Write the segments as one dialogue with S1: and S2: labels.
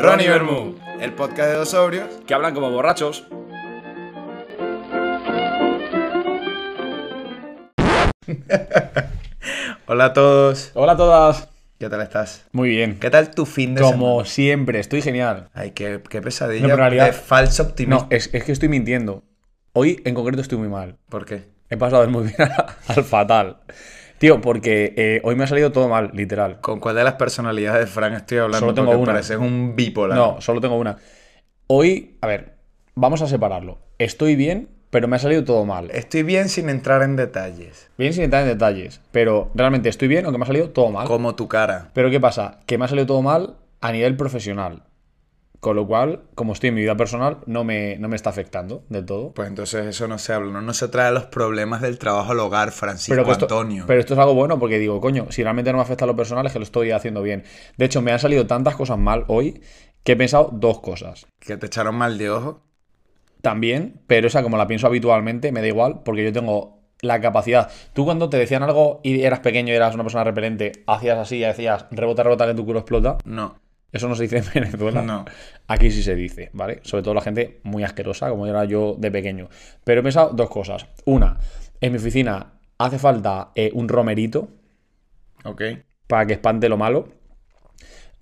S1: Ronnie Bermú,
S2: el podcast de dos sobrios.
S1: que hablan como borrachos.
S2: Hola a todos.
S1: Hola a todas.
S2: ¿Qué tal estás?
S1: Muy bien.
S2: ¿Qué tal tu fin de
S1: Como
S2: semana?
S1: siempre, estoy genial.
S2: Ay, qué, qué pesadilla
S1: No, pero en realidad-
S2: de falso optimismo.
S1: No, es, es que estoy mintiendo. Hoy en concreto estoy muy mal.
S2: ¿Por qué?
S1: He pasado del muy bien a- al fatal. Tío, porque eh, hoy me ha salido todo mal, literal.
S2: ¿Con cuál de las personalidades de Frank estoy hablando?
S1: Solo tengo
S2: Porque
S1: una.
S2: pareces un bipolar.
S1: No, solo tengo una. Hoy, a ver, vamos a separarlo. Estoy bien, pero me ha salido todo mal.
S2: Estoy bien sin entrar en detalles.
S1: Bien sin entrar en detalles, pero realmente estoy bien, aunque me ha salido todo mal.
S2: Como tu cara.
S1: Pero ¿qué pasa? Que me ha salido todo mal a nivel profesional. Con lo cual, como estoy en mi vida personal, no me, no me está afectando del todo.
S2: Pues entonces eso no se habla. No, no se trae los problemas del trabajo al hogar, Francisco
S1: Pero, que esto,
S2: Antonio.
S1: pero esto es algo bueno porque digo, coño, si realmente no me afecta a lo personal es que lo estoy haciendo bien. De hecho, me han salido tantas cosas mal hoy que he pensado dos cosas.
S2: Que te echaron mal de ojo.
S1: También, pero esa como la pienso habitualmente, me da igual porque yo tengo la capacidad. Tú cuando te decían algo y eras pequeño y eras una persona repelente, hacías así y decías, rebota, rebota que tu culo explota.
S2: No.
S1: Eso no se dice en Venezuela.
S2: No.
S1: Aquí sí se dice, ¿vale? Sobre todo la gente muy asquerosa, como era yo de pequeño. Pero he pensado dos cosas. Una, en mi oficina hace falta eh, un romerito
S2: Ok.
S1: para que espante lo malo.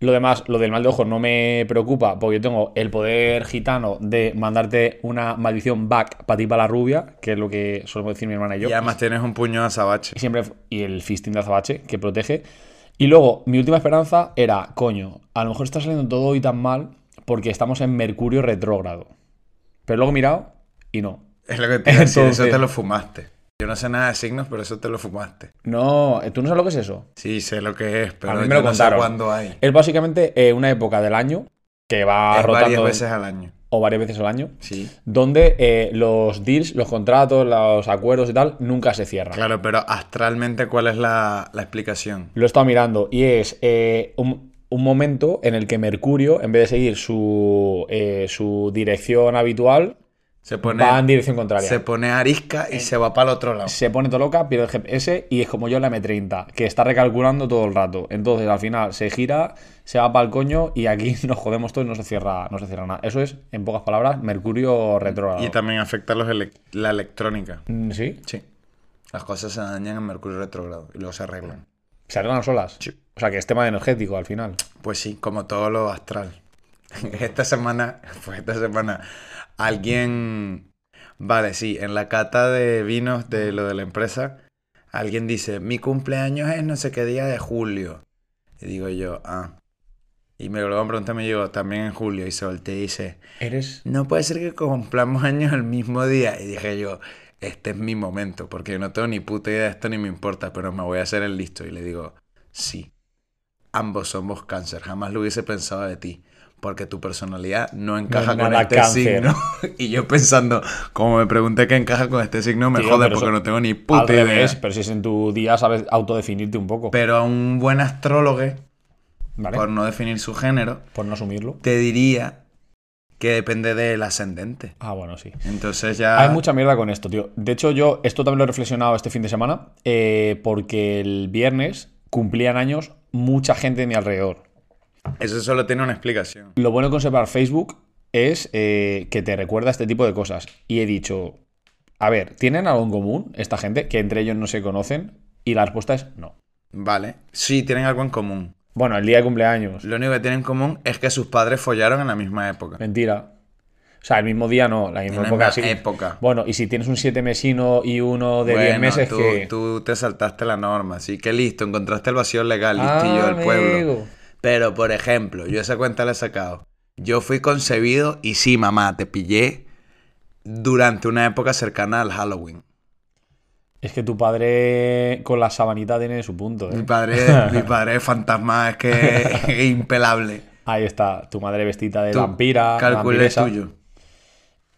S1: Lo demás, lo del mal de ojo no me preocupa, porque yo tengo el poder gitano de mandarte una maldición back para ti, para la rubia, que es lo que solemos decir mi hermana y yo.
S2: Y además tienes un puño de azabache.
S1: Y siempre y el fisting de azabache que protege. Y luego, mi última esperanza era, coño, a lo mejor está saliendo todo hoy tan mal porque estamos en Mercurio retrógrado. Pero luego he mirado y no.
S2: Es lo que te iba a decir, eso
S1: Entonces-
S2: te lo fumaste. Yo no sé nada de signos, pero eso te lo fumaste.
S1: No, ¿tú no sabes lo que es eso?
S2: Sí, sé lo que es, pero
S1: a mí
S2: yo
S1: me lo
S2: no sé
S1: contaron.
S2: cuándo hay.
S1: Es básicamente eh, una época del año que va
S2: Es varias
S1: rotando
S2: veces al año.
S1: o varias veces al año,
S2: Sí.
S1: donde eh, los deals, los contratos, los acuerdos y tal nunca se cierran.
S2: Claro, pero astralmente, ¿cuál es la, la explicación?
S1: Lo he estado mirando y es eh, un, un momento en el que Mercurio, en vez de seguir su, eh, su dirección habitual,
S2: Se pone,
S1: va en dirección contraria.
S2: se
S1: Se,
S2: pone arisca y se va para el otro lado.
S1: pone todo loca, pierde el GPS y es como yo en la M30, que está recalculando todo el rato. Entonces al final se gira, se va para el coño y aquí nos jodemos todo y no se cierra, no se cierra nada. Eso es, en pocas palabras, Mercurio retrógrado.
S2: Y también afecta a los ele- la electrónica.
S1: Mm, ¿Sí?
S2: Sí. Las cosas se dañan en Mercurio retrógrado y luego se arreglan.
S1: Se arreglan solas.
S2: Sí.
S1: O sea que es tema energético al final.
S2: Pues sí, como todo lo astral. Esta semana, pues esta semana, alguien, vale, sí, en la cata de vinos de lo de la empresa, alguien dice, mi cumpleaños es no sé qué día de julio. Y digo yo, ah. Y me lo van a preguntar, me digo, también en julio. Y se voltea y dice,
S1: Eres.
S2: no puede ser que cumplamos años el mismo día. Y dije yo, este es mi momento, porque yo no tengo ni puta idea de esto ni me importa, pero me voy a hacer el listo. Y le digo, sí, ambos somos cáncer, jamás lo hubiese pensado de ti, porque tu personalidad no encaja con
S1: nada
S2: este
S1: cáncer.
S2: signo. Y yo pensando, como me pregunté qué encaja con este signo, me
S1: Tío,
S2: jode
S1: pero
S2: porque
S1: eso-
S2: no tengo ni
S1: Al
S2: puta idea.
S1: revés, pero si es en tu día, sabes autodefinirte un poco.
S2: Pero a un buen astrólogo,
S1: ¿Vale?
S2: por no definir su género,
S1: Por no asumirlo.
S2: te diría que depende del ascendente.
S1: Ah, bueno, sí.
S2: Entonces ya...
S1: Hay mucha mierda con esto, tío. De hecho, yo esto también lo he reflexionado este fin de semana, eh, porque el viernes cumplían años mucha gente de mi alrededor.
S2: Eso solo tiene una explicación.
S1: Lo bueno de conservar Facebook es eh, que te recuerda este tipo de cosas. Y he dicho, a ver, ¿tienen algo en común esta gente que entre ellos no se conocen? Y la respuesta es no.
S2: Vale. Sí, tienen algo en común.
S1: Bueno, el día de cumpleaños.
S2: Lo único que tienen en común es que sus padres follaron en la misma época.
S1: Mentira. O sea, el mismo día no, la misma
S2: En la
S1: época
S2: misma
S1: sí.
S2: época.
S1: Bueno, y si tienes un 7 mesino y uno de 10
S2: Bueno,
S1: meses
S2: tú,
S1: que...
S2: tú te saltaste la norma, así que listo, encontraste el vacío legal,
S1: Ah,
S2: listillo del pueblo.
S1: amigo.
S2: Pero, por ejemplo, yo esa cuenta la he sacado. Yo fui concebido y sí, mamá, te pillé durante una época cercana al Halloween.
S1: Es que tu padre con la sabanita tiene su punto,
S2: Mi
S1: ¿eh?
S2: padre, mi padre fantasma, es que es impelable.
S1: Ahí está, tu madre vestida de
S2: Tú,
S1: vampira.
S2: Calculé
S1: vampiresa.
S2: tuyo.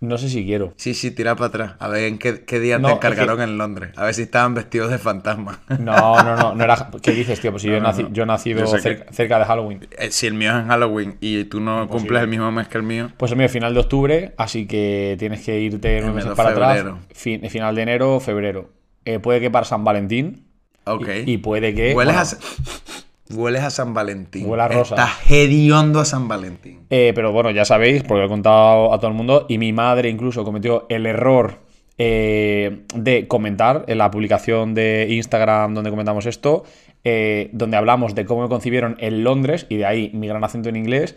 S1: No sé si quiero.
S2: Sí, sí, tira para atrás. A ver en qué, qué día
S1: No,
S2: te
S1: es
S2: encargaron
S1: que-
S2: en Londres. A ver si estaban vestidos de fantasma.
S1: No, no, no, no era. ¿Qué dices, tío? Pues si yo, he
S2: No, no,
S1: naci-
S2: no.
S1: yo he nacido
S2: Yo sé
S1: cerca, cerca de Halloween.
S2: Eh, si el mío es en Halloween y tú no cumples el mismo mes que el mío,
S1: Pues el mío es final de octubre, así que tienes que irte unos
S2: Enero,
S1: meses para
S2: febrero.
S1: atrás. Fin- final de enero, febrero. Eh, puede que para San Valentín
S2: ok.
S1: y puede que.
S2: Hueles
S1: bueno,
S2: a... Hueles a San Valentín.
S1: Huele a rosa.
S2: Estás hediondo a San Valentín.
S1: Eh, pero bueno, ya sabéis, porque lo he contado a todo el mundo, y mi madre incluso cometió el error eh, de comentar en la publicación de Instagram donde comentamos esto, eh, donde hablamos de cómo me concibieron en Londres, y de ahí mi gran acento en inglés.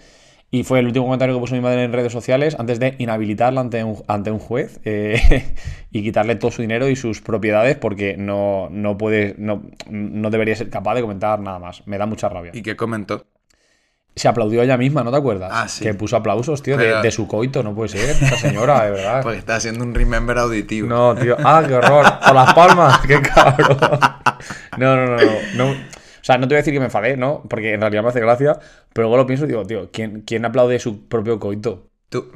S1: Y fue el último comentario que puso mi madre en redes sociales antes de inhabilitarla ante un, ante un juez eh, y quitarle todo su dinero y sus propiedades porque no, no puede, no, no debería ser capaz de comentar nada más. Me da mucha rabia.
S2: ¿Y qué comentó?
S1: Se aplaudió ella misma, ¿no te acuerdas?
S2: Ah, sí.
S1: Que puso aplausos, tío, de,
S2: Pero- Pues,
S1: de su coito, no puede ser, esta señora, de verdad.
S2: Porque está haciendo un remember auditivo.
S1: Ah. No, tío. Ah, qué horror. Con las palmas, qué cabrón. No, no, no, no. no. O sea, no te voy a decir que me enfadé, ¿no? Porque en realidad me hace gracia. Pero luego lo pienso y digo, tío, ¿quién, quién aplaude su propio coito?
S2: Tú.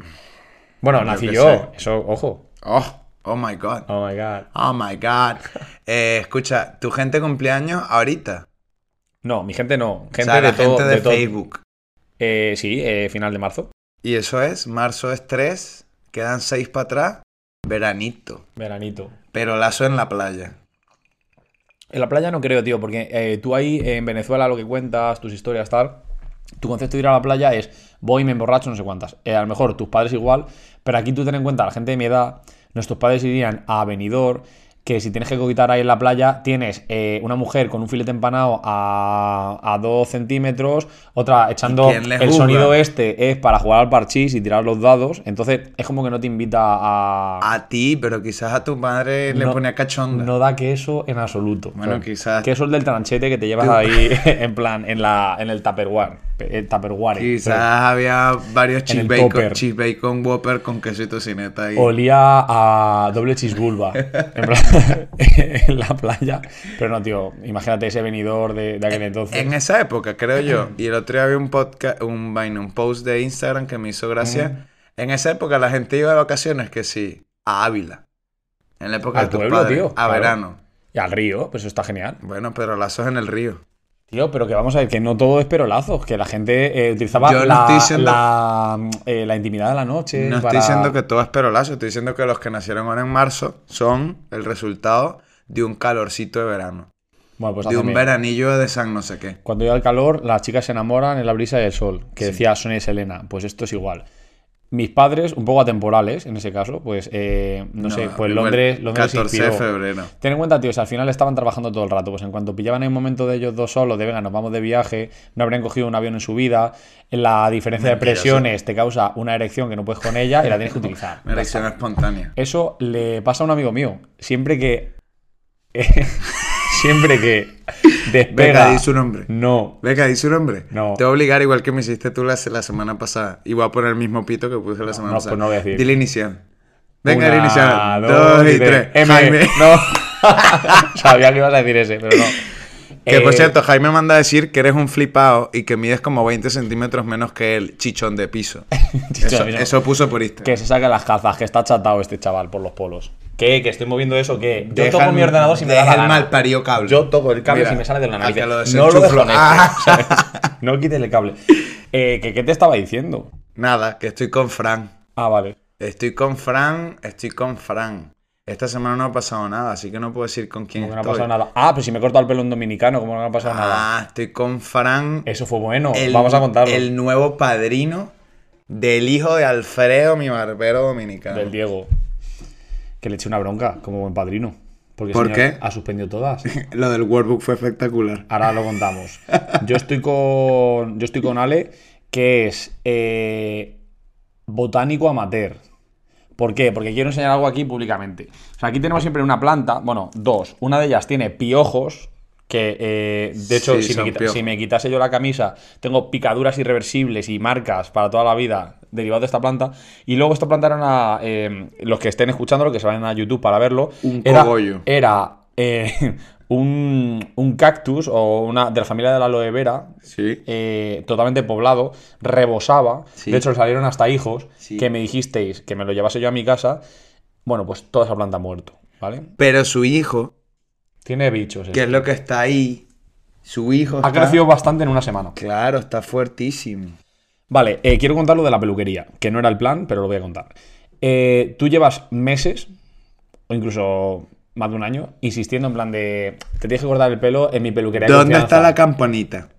S1: Bueno,
S2: Yo
S1: nací
S2: qué
S1: yo.
S2: sé.
S1: Eso, ojo.
S2: Oh, oh my god.
S1: Oh my god.
S2: Oh my god. Eh, escucha, tu gente cumpleaños ahorita.
S1: No, mi gente no. Gente
S2: o sea,
S1: de
S2: la
S1: todo.
S2: gente de,
S1: de todo.
S2: Facebook.
S1: Eh, sí, eh, final de marzo.
S2: Y eso es, marzo es 3, quedan 6 para atrás, veranito.
S1: Veranito.
S2: Pero lazo en la playa.
S1: En la playa no creo, tío, porque eh, tú ahí eh, en Venezuela lo que cuentas, tus historias, tal. Tu concepto de ir a la playa es voy, me emborracho, no sé cuántas. Eh, a lo mejor tus padres igual, pero aquí tú ten en cuenta, la gente de mi edad, nuestros padres irían a Benidorm, que si tienes que coquitar ahí en la playa, tienes eh, una mujer con un filete empanado a, a dos centímetros, otra echando
S2: quién les
S1: el
S2: juzga?
S1: sonido este es para jugar al parchís y tirar los dados. Entonces es como que no te invita a.
S2: A ti, pero quizás a tu madre le
S1: No,
S2: ponía cachonda.
S1: No da queso en absoluto.
S2: Bueno, quizás-
S1: Queso el del tranchete que te llevas ahí en plan, en, la, en el Tupperware. El Tupperware.
S2: Quizás había varios
S1: En
S2: cheese
S1: el
S2: bacon,
S1: topper.
S2: cheese bacon whopper con quesito tocineta ahí.
S1: Pero Olía a doble chisbulba en, plan- en la playa. Pero no, tío, imagínate ese venidor de, de aquel entonces.
S2: En esa época, creo yo. Y el otro día había un podcast, un, vaina, un post de Instagram que me hizo gracia. En esa época la gente iba de vacaciones, que sí, a Ávila. En la época
S1: Al
S2: de tus
S1: pueblo,
S2: padres,
S1: tío,
S2: a
S1: claro.
S2: verano.
S1: Y al río, pues eso está genial.
S2: Bueno, pero lazos en el río.
S1: Tío, pero que vamos a ver, que no todo es perolazos, que la gente eh, utilizaba
S2: Yo no
S1: la,
S2: estoy diciendo-
S1: la, mm, eh, la intimidad de la noche.
S2: No estoy
S1: para-
S2: diciendo que todo es perolazo, estoy diciendo que los que nacieron ahora en marzo son el resultado de un calorcito de verano.
S1: Bueno, pues
S2: De un
S1: hazme-
S2: veranillo de San no sé qué.
S1: Cuando llega el calor, las chicas se enamoran en la brisa del sol, que decía Sonia y Selena. Pues esto es igual. Mis padres, un poco atemporales en ese caso, pues eh, no, sé, pues
S2: el
S1: Londres, Londres se
S2: 14 de
S1: inspiró.
S2: febrero.
S1: Ten en cuenta, tío, si al final estaban trabajando todo el rato, pues en cuanto pillaban en un momento de ellos dos solos, de venga, nos vamos de viaje, no habrían cogido un avión en su vida, la diferencia de
S2: Mentiroso.
S1: presiones te causa una erección que no puedes con ella y la tienes que utilizar.
S2: Una erección espontánea.
S1: Eso le pasa a un amigo mío. Siempre que. siempre que. Despega.
S2: Venga, di su nombre.
S1: No.
S2: Venga, di su nombre.
S1: No.
S2: Te voy a obligar igual que me hiciste tú la, la semana pasada. Y voy a poner el mismo pito que puse la semana
S1: no,
S2: pasada.
S1: pues no voy a decir.
S2: Dile inicial. Venga, dile
S1: Una,
S2: inicial. Dos, y tres.
S1: M.
S2: Jaime.
S1: No. Sabía que ibas a decir ese, pero no.
S2: Que por
S1: Eh,
S2: cierto, Jaime manda a decir que eres un flipado y que mides como 20 centímetros menos que el chichón de piso.
S1: Chichón
S2: eso,
S1: de piso.
S2: eso puso por Instagram.
S1: Que se saca las cazas, que está chatado este chaval por los polos. ¿Qué? ¿Que estoy moviendo eso? ¿Qué? Yo
S2: Deja
S1: toco
S2: el-
S1: mi ordenador si me da
S2: deja
S1: la
S2: el
S1: gana.
S2: mal parido cable.
S1: Yo toco el cable
S2: Mira,
S1: si me sale de la
S2: al
S1: nariz.
S2: que lo
S1: no lo
S2: desenchuflo.
S1: desconectes,
S2: Ah.
S1: ¿sabes? No quites el cable. Eh, ¿que ¿Qué te estaba diciendo?
S2: Nada, que estoy con Fran.
S1: Ah, vale.
S2: Estoy con Fran, estoy con Fran. Esta semana no ha pasado nada, así que no puedo decir con quién
S1: Como que no ha
S2: estoy.
S1: pasado nada. Ah, pero si me he cortado el pelo en dominicano, como no ha pasado nada.
S2: Ah, estoy con Fran.
S1: Eso fue bueno.
S2: el-
S1: Vamos a contarlo.
S2: El nuevo padrino del hijo de Alfredo, mi barbero dominicano.
S1: del Diego. Que le eché una bronca como buen padrino. Porque
S2: ¿Por
S1: señor,
S2: qué?
S1: ha suspendido todas.
S2: Lo del workbook fue espectacular.
S1: Ahora lo contamos. Yo estoy con. Yo estoy con Ale, que es eh, botánico amateur. ¿Por qué? Porque quiero enseñar algo aquí públicamente. O sea, aquí tenemos siempre una planta, bueno, dos. Una de ellas tiene piojos, que eh, de hecho,
S2: Sí,
S1: si, me
S2: son
S1: quita-
S2: piojos.
S1: si me quitase yo la camisa, tengo picaduras irreversibles y marcas para toda la vida derivadas de esta planta. Y luego esta planta era una. eh, los que estén escuchando, los que se vayan a YouTube para verlo.
S2: Un
S1: era-
S2: cogollo.
S1: Era. eh, un, un cactus o una de la familia de la aloe vera
S2: Sí.
S1: eh, totalmente poblado, rebosaba.
S2: Sí.
S1: De hecho, salieron hasta hijos
S2: Sí.
S1: que me dijisteis que me lo llevase yo a mi casa. Bueno, pues toda esa planta ha muerto, ¿vale?
S2: Pero su hijo,
S1: Tiene bichos. eh.
S2: que es lo que está ahí, su hijo
S1: Ha
S2: está-
S1: crecido bastante en una semana.
S2: Claro, está fuertísimo.
S1: Vale, eh, quiero contar lo de la peluquería, que no era el plan, pero lo voy a contar. Eh, tú llevas meses, o incluso más de un año, insistiendo en plan de. Te tienes que cortar el pelo en mi peluquería. de
S2: ¿Dónde
S1: confianza".
S2: está la campanita?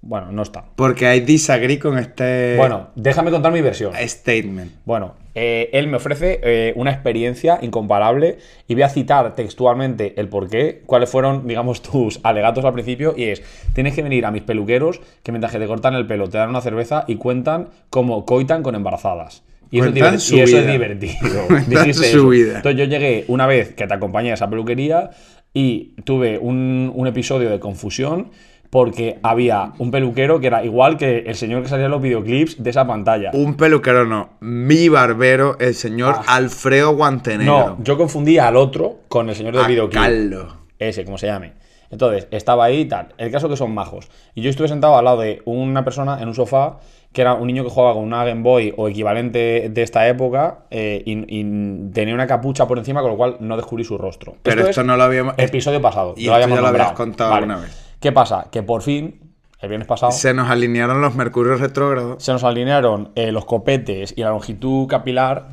S1: Bueno, no está.
S2: Porque hay disagree con este
S1: Bueno, déjame contar mi versión.
S2: statement.
S1: Bueno, eh, él me ofrece eh, una experiencia incomparable y voy a citar textualmente el porqué, cuáles fueron, digamos, tus alegatos al principio y es, tienes que venir a mis peluqueros que mientras que te cortan el pelo te dan una cerveza y cuentan cómo coitan con embarazadas. Y eso, es
S2: Cuentan
S1: diverti-
S2: su
S1: y eso es
S2: vida.
S1: divertido.
S2: Cuentan
S1: Dijiste
S2: su
S1: eso.
S2: vida.
S1: Entonces yo llegué una vez que te acompañé a esa peluquería y tuve un, un episodio de confusión porque había un peluquero que era igual que el señor que salía en los videoclips de esa pantalla.
S2: Un peluquero no, mi barbero, el señor Alfredo Guantenegro.
S1: Ah. No, yo confundía al otro con el señor del
S2: A
S1: videoclip.
S2: Carlos.
S1: Ese, como se llame. Entonces, estaba ahí y tal. El caso que son majos. Y yo estuve sentado al lado de una persona en un sofá que era un niño que jugaba con una Game Boy o equivalente de esta época eh, y, y tenía una capucha por encima, con lo cual no descubrí su rostro.
S2: Pero esto no lo habíamos-
S1: Episodio pasado.
S2: Y
S1: no
S2: esto
S1: lo habíamos
S2: ya lo habías
S1: nombrado.
S2: contado alguna vez.
S1: ¿Qué pasa? Que por fin, el viernes pasado,
S2: Se nos alinearon los mercurios retrógrados.
S1: se nos alinearon eh, los copetes y la longitud capilar,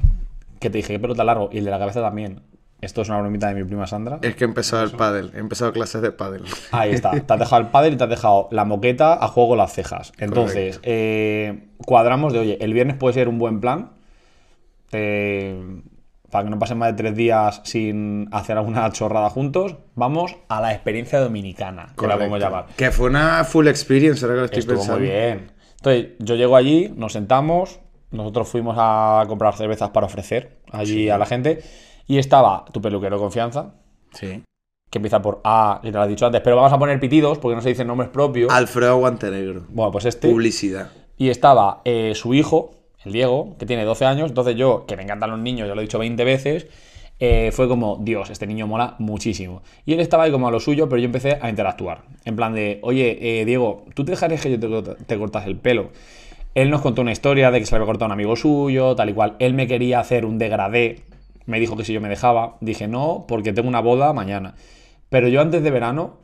S1: que te dije, qué pelota largo, y el de la cabeza también. Esto es una bromita de mi prima Sandra.
S2: Es que he empezado el pádel, he empezado clases de pádel.
S1: Ahí está, te has dejado el pádel y te has dejado la moqueta a juego las cejas. Entonces, eh, cuadramos de, oye, el viernes puede ser un buen plan, te- para que no pasen más de tres días sin hacer alguna chorrada juntos, vamos a la experiencia dominicana, que la podemos
S2: Correcto.
S1: llamar.
S2: Que fue una full experience, ahora que lo estoy
S1: Estuvo
S2: pensando.
S1: muy bien. Entonces, yo llego allí, nos sentamos, nosotros fuimos a comprar cervezas para ofrecer allí a la gente, y estaba tu peluquero de confianza,
S2: Sí.
S1: que empieza por A, que te lo has dicho antes, pero vamos a poner pitidos porque no se dicen nombres propios.
S2: Alfredo Guantenegro.
S1: Bueno, pues este.
S2: Publicidad.
S1: Y estaba eh, su hijo, el Diego, que tiene 12 años. Entonces yo, que me encantan los niños, ya lo he dicho 20 veces, eh, fue como, Dios, este niño mola muchísimo. Y él estaba ahí como a lo suyo, pero yo empecé a interactuar. En plan de, oye, eh, Diego, ¿tú te dejarías que yo te, corta- te cortase el pelo? Él nos contó una historia de que se le había cortado a un amigo suyo, tal y cual. Él me quería hacer un degradé. Me dijo que si yo me dejaba. Dije, no, porque tengo una boda mañana. Pero yo antes de verano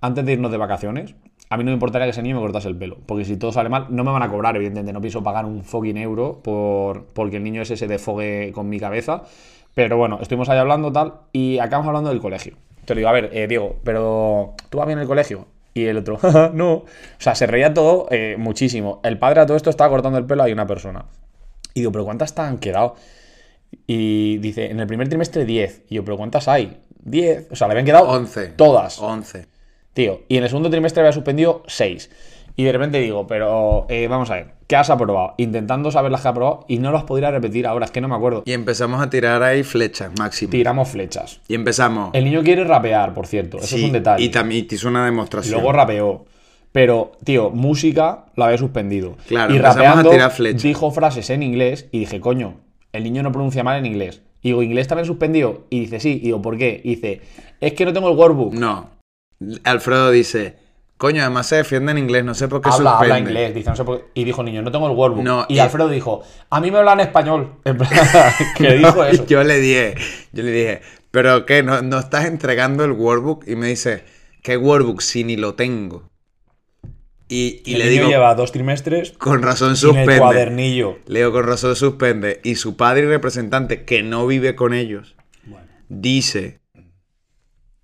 S1: antes de irnos de vacaciones, a mí no me importaría que ese niño me cortase el pelo. Porque si todo sale mal, no me van a cobrar, evidentemente. No pienso pagar un fucking euro por, porque el niño ese se defogue con mi cabeza. Pero bueno, estuvimos ahí hablando tal y acabamos hablando del colegio. Te digo, a ver, eh, Diego, pero ¿tú vas bien en el colegio? Y el otro, "Jaja, no. O sea, se reía todo eh, muchísimo. El padre a todo esto estaba cortando el pelo a una persona. Y digo, ¿pero cuántas te han quedado? Y dice, en el primer trimestre 10. Y yo, ¿pero cuántas hay? 10. O sea, le habían quedado
S2: 11.
S1: Todas.
S2: 11.
S1: Tío, y en el segundo trimestre había suspendido 6. Y de repente digo, pero eh, vamos a ver, ¿qué has aprobado? Intentando saber las que has aprobado y no las podría repetir ahora, es que no me acuerdo.
S2: Y empezamos a tirar ahí flechas máximas.
S1: Tiramos flechas.
S2: Y empezamos.
S1: El niño quiere rapear, por cierto, eso
S2: Sí,
S1: es un detalle.
S2: Y también te hizo una
S1: Y
S2: demostración.
S1: Luego rapeó. Pero, tío, música la había suspendido.
S2: Claro,
S1: y
S2: empezamos a
S1: rapeando
S2: tirar flechas.
S1: dijo frases en inglés y dije, coño, el niño no pronuncia mal en inglés. Y digo, ¿inglés también suspendido? Y dice, sí. Y digo, ¿por qué? Y dice, es que no tengo el workbook.
S2: No. Alfredo dice, coño, además se defiende en inglés, no sé por qué
S1: habla,
S2: suspende.
S1: habla inglés, dice, no sé por qué. Y dijo, niño, no tengo el workbook.
S2: No,
S1: y
S2: y-
S1: Alfredo dijo, a mí me hablan español. En plan, que dijo
S2: No, y
S1: eso.
S2: Yo le dije, yo le dije, pero qué, no, no estás entregando el workbook y me dice, ¿qué workbook si ni lo tengo? Y, y
S1: El
S2: le
S1: niño
S2: digo,
S1: lleva dos trimestres
S2: con razón
S1: sin el
S2: suspende.
S1: cuadernillo.
S2: Le digo, con razón suspende. Y su padre y representante, que no vive con ellos, dice,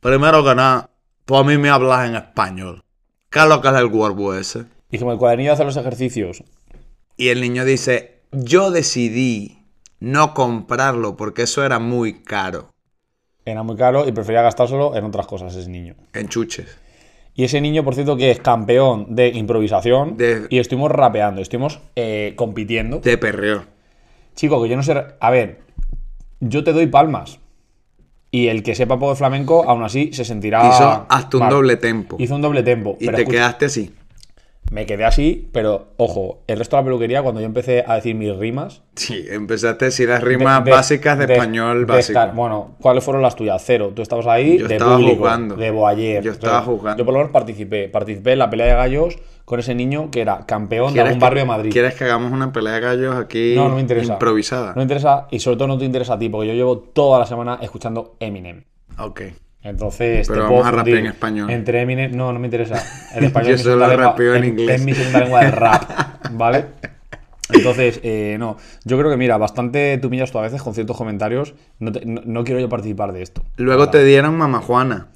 S2: primero que nada, tú a mí me hablas en español. ¿Qué es lo que es el workbook ese?
S1: Y como el cuadernillo hace los ejercicios.
S2: Y el niño dice, yo decidí no comprarlo porque eso era muy caro.
S1: Era muy caro y prefería gastárselo en otras cosas ese niño.
S2: En chuches.
S1: Y ese niño, por cierto, que es campeón de improvisación.
S2: De-
S1: Y estuvimos rapeando, estuvimos eh, compitiendo.
S2: Te perreo.
S1: Chico, que yo no sé. A ver, yo te doy palmas. Y el que sepa poco de flamenco, aún así, se sentirá.
S2: Hizo hasta un
S1: mal.
S2: doble tempo.
S1: Hizo un doble tempo.
S2: y
S1: pero
S2: te
S1: escucha,
S2: quedaste así.
S1: Me quedé así, pero ojo, el resto de la peluquería, cuando yo empecé a decir mis rimas.
S2: Sí, empezaste a decir las rimas
S1: de-
S2: básicas de,
S1: de-
S2: español
S1: de
S2: básico.
S1: estar- bueno, ¿cuáles fueron las tuyas? Cero. Tú estabas ahí
S2: Yo
S1: de
S2: estaba
S1: público,
S2: jugando.
S1: de boayer.
S2: Yo estaba jugando.
S1: Yo por lo menos participé. Participé en la pelea de gallos con ese niño que era campeón de
S2: ¿Quieres
S1: algún
S2: que-
S1: barrio de Madrid.
S2: ¿Quieres que hagamos una pelea de gallos aquí
S1: No, no me interesa.
S2: improvisada?
S1: No me interesa y sobre todo no te interesa a ti, porque yo llevo toda la semana escuchando Eminem.
S2: Ok.
S1: Entonces,
S2: Pero
S1: te
S2: vamos
S1: puedo
S2: a rapear
S1: fundir.
S2: en español.
S1: Entre Eminem, no, no me interesa. El español
S2: Yo
S1: es mi
S2: solo
S1: segunda lengua-
S2: rapeo en
S1: es-
S2: inglés.
S1: Es mi segunda lengua de rap, ¿vale? Entonces, eh, no, yo creo que mira, bastante tú millas tú a veces con ciertos comentarios. No, te- no- no quiero yo participar de esto.
S2: Luego te dieron mamá Juana.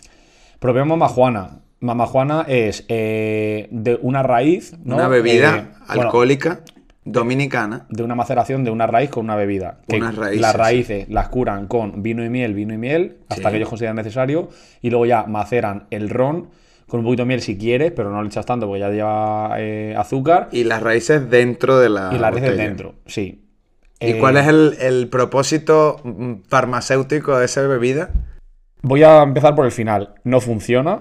S1: Probemos a Juana. Mamajuana es eh, de una raíz, ¿no?
S2: Una bebida
S1: Eh, bueno,
S2: alcohólica dominicana.
S1: de una maceración de una raíz con una bebida. Que
S2: Unas raíces.
S1: Las raíces las curan con vino y miel, vino y miel, hasta
S2: Sí.
S1: que ellos consideran necesario. Y luego ya maceran el ron con un poquito de miel si quieres, pero no le echas tanto porque ya lleva eh, azúcar. Y,
S2: Y las raíces dentro de la.
S1: las raíces
S2: botella.
S1: dentro, sí.
S2: ¿Y
S1: Eh,
S2: cuál es el, el propósito mm, farmacéutico de esa bebida?
S1: Voy a empezar por el final. No funciona.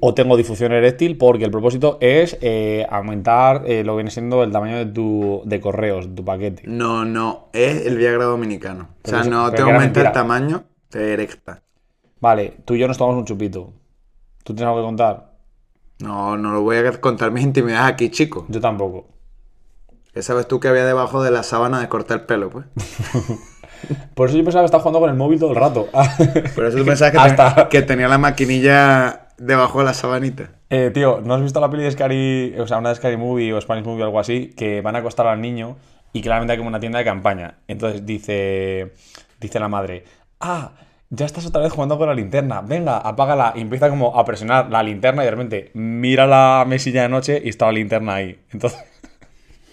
S1: o tengo difusión eréctil porque el propósito es eh, aumentar eh, lo que viene siendo el tamaño de tu de correos, de tu paquete.
S2: No, no, es el Viagra dominicano. O
S1: Pero
S2: sea,
S1: eso-
S2: no
S1: pero
S2: te
S1: que era
S2: aumenta el
S1: mentira.
S2: tamaño, te erecta.
S1: Vale, tú y yo nos tomamos un chupito. ¿Tú tienes algo que contar?
S2: No, no lo voy a contar mis intimidades aquí, chico.
S1: Yo tampoco.
S2: ¿Qué sabes tú que había debajo de la sábana de cortar pelo, pues?
S1: Por eso yo pensaba que estaba jugando con el móvil todo el rato.
S2: Por eso tú pensabas que,
S1: Hasta-
S2: ten- que tenía la maquinilla debajo de la sabanita.
S1: Eh, tío, ¿no has visto la peli de Scary, o sea, una de Scary Movie o Spanish Movie o algo así, que van a acostar al niño y claramente hay como una tienda de campaña? Entonces dice, dice la madre, ah, ya estás otra vez jugando con la linterna, venga, apágala y empieza como a presionar la linterna y de repente mira la mesilla de noche y está la linterna ahí. Entonces...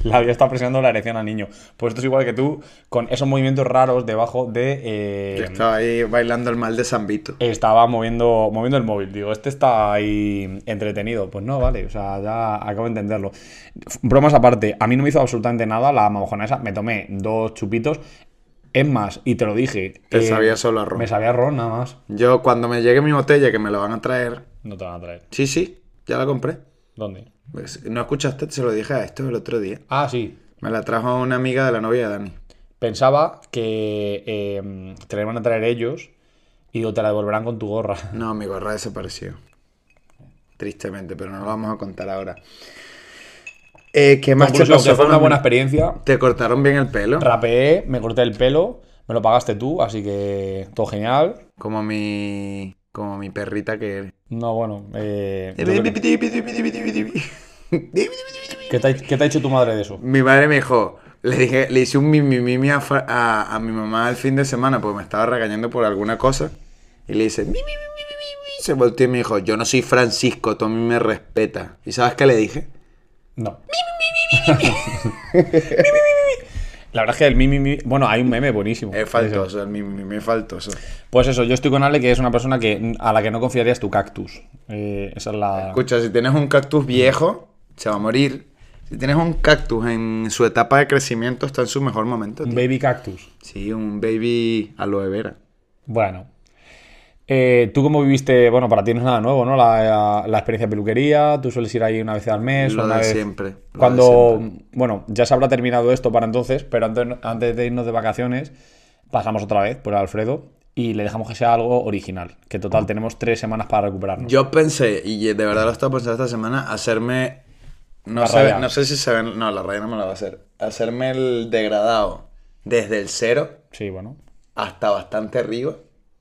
S1: La había estado presionando la erección al niño. Pues esto es igual que tú, con esos movimientos raros debajo de... eh,
S2: Yo estaba ahí bailando el mal de San Vito.
S1: estaba moviendo, moviendo el móvil. Digo, este está ahí entretenido. Pues no, vale, o sea, ya acabo de entenderlo. F- Bromas aparte, a mí no me hizo absolutamente nada la mamojona esa. Me tomé dos chupitos. Es más, y te lo dije.
S2: Te sabía solo a ron.
S1: Me sabía a ron nada más.
S2: Yo cuando me llegue mi botella, que me la van a traer.
S1: No te van a traer.
S2: Sí, sí, ya la compré.
S1: ¿Dónde?
S2: Pues, No escuchaste, se lo dije a esto el otro día.
S1: Ah, sí.
S2: Me la trajo una amiga de la novia de Dani.
S1: Pensaba que eh, te la iban a traer ellos y digo, te la devolverán con tu gorra.
S2: No, mi gorra desapareció. Tristemente, pero no lo vamos a contar ahora. Eh, ¿Qué más te
S1: Conclusión,
S2: pasó
S1: que fue
S2: con
S1: una
S2: la-
S1: buena experiencia.
S2: ¿Te cortaron bien el pelo?
S1: Rapeé, me corté el pelo, me lo pagaste tú, así que todo genial.
S2: Como mi. Como mi perrita que eres.
S1: No, bueno. Eh, yo creo que-
S2: Mi
S1: ¿qué, te ha, qué te ha hecho tu madre de eso?
S2: madre me dijo. Le dije, le hice un mimi mimi a, Fra- a- a mi mamá el fin de semana porque me estaba regañando por alguna cosa. Y le hice, "Mi, mi, mi, mi, mi, mi". Se volteó y me dijo, yo no soy Francisco, tú a mí me respetas. ¿Y sabes qué le dije?
S1: No. La verdad es que el mimi. Mi, bueno, hay un meme buenísimo.
S2: Es faltoso, el mimi mimi es faltoso.
S1: Pues eso, yo estoy con Ale, que es una persona que, a la que no confiarías tu cactus. Eh, esa es la.
S2: Escucha, si tienes un cactus viejo, se va a morir. Si tienes un cactus en su etapa de crecimiento, está en su mejor momento.
S1: Un
S2: tío.
S1: baby cactus.
S2: Sí, un baby aloe vera.
S1: Bueno. Eh, ¿Tú cómo viviste? Bueno, para ti no es nada nuevo, ¿no? La, la- la experiencia de peluquería, tú sueles ir ahí una vez al mes.
S2: Lo
S1: una
S2: de
S1: vez-
S2: siempre, lo de
S1: Cuando, bueno, ya se habrá terminado esto para entonces, pero antes, antes de irnos de vacaciones, pasamos otra vez por Alfredo y le dejamos que sea algo original. Que
S2: Ah.
S1: total, tenemos tres semanas para recuperarnos.
S2: Yo pensé, y de verdad lo estaba pensando esta semana, hacerme. No
S1: La
S2: sé,
S1: raya.
S2: no sé si se ven. No, la raya no me la va a hacer. Hacerme el degradado desde el cero
S1: Sí, bueno,
S2: hasta bastante arriba.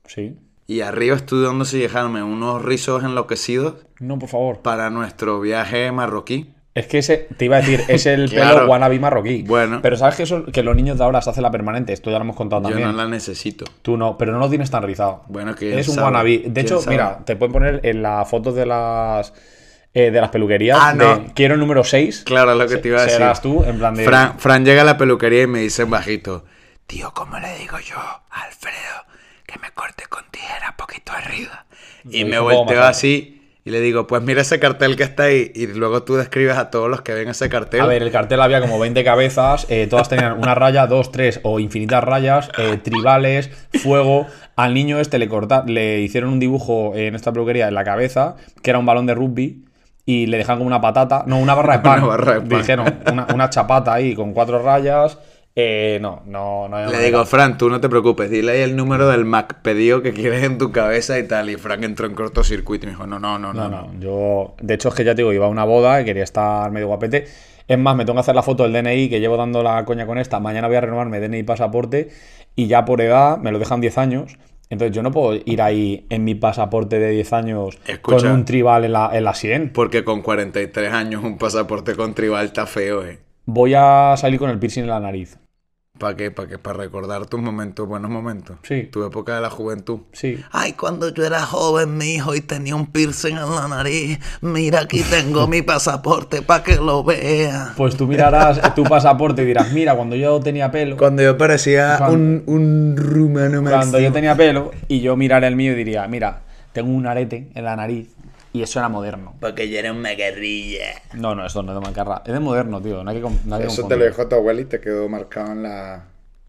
S1: sí.
S2: Y arriba estudiando si dejarme unos rizos enloquecidos
S1: No, por favor.
S2: para nuestro viaje marroquí.
S1: Es que ese, te iba a decir, es el
S2: Claro.
S1: pelo wannabe marroquí.
S2: Bueno.
S1: Pero sabes que, eso, que los niños de ahora se hace la permanente, esto ya lo hemos contado
S2: Yo
S1: también.
S2: no la necesito.
S1: Tú no, pero no lo tienes tan rizado.
S2: Bueno, que
S1: Es
S2: él
S1: un
S2: sabe,
S1: wannabe.
S2: que
S1: De
S2: él
S1: hecho,
S2: sabe.
S1: mira, te pueden poner en las fotos de las eh, de las peluquerías.
S2: Ah, no.
S1: de quiero el número 6.
S2: Claro, es lo que te iba a decir.
S1: Serás tú, en plan de.
S2: Fran, Fran llega a la peluquería y me dice en bajito, tío, ¿cómo le digo yo a Alfredo que me corte con tijera poquito arriba? Y
S1: Lo
S2: me
S1: dijo un poco
S2: volteo
S1: más
S2: así y le digo, pues mira ese cartel que está ahí. Y luego tú describes a todos los que ven ese cartel.
S1: A ver, el cartel había como 20 cabezas, eh, todas tenían una raya, dos, tres o infinitas rayas, eh, tribales, fuego. Al niño este le, corta, le hicieron un dibujo en esta peluquería en la cabeza, que era un balón de rugby, y le dejaban como una patata, no, una barra de pan.
S2: Una barra de pan.
S1: Dijeron, una, una chapata ahí con cuatro rayas. Eh, no, no, no. había
S2: le
S1: manera.
S2: digo, Fran, tú no te preocupes, dile ahí el número del Mac pedido que quieres en tu cabeza y tal. Y Fran entró en cortocircuito y me dijo, no, no, no, no.
S1: No, no, yo. De hecho, es que ya te digo, iba a una boda y quería estar medio guapete. Es más, me tengo que hacer la foto del DNI que llevo dando la coña con esta. Mañana voy a renovarme DNI y pasaporte y ya por edad me lo dejan 10 años. Entonces yo no puedo ir ahí en mi pasaporte de 10 años
S2: Escucha.
S1: con un tribal en la, en la 100.
S2: Porque con 43 años un pasaporte con tribal está feo, eh.
S1: Voy a salir con el piercing en la nariz.
S2: ¿Para qué? ¿Para qué? Para recordar tus momentos, buenos momentos.
S1: Sí.
S2: Tu época de la juventud.
S1: Sí.
S3: Ay, cuando yo era joven, mi hijo, y tenía un piercing en la nariz. Mira, aquí tengo mi pasaporte para que lo vea.
S1: Pues tú mirarás tu pasaporte y dirás, mira, cuando yo tenía pelo,
S2: Cuando yo parecía
S1: Cuando-
S2: un, un rumano
S1: cuando yo
S2: máximo.
S1: tenía pelo, y yo miraré el mío y diría, mira, tengo un arete en la nariz y eso era moderno.
S3: Porque yo era una guerrilla.
S1: No, no, esto no es de mancarra, es de moderno, tío, no hay que, con- no hay que
S2: Eso te
S1: confundir.
S2: lo dejó tu abuela y te quedó marcado en la...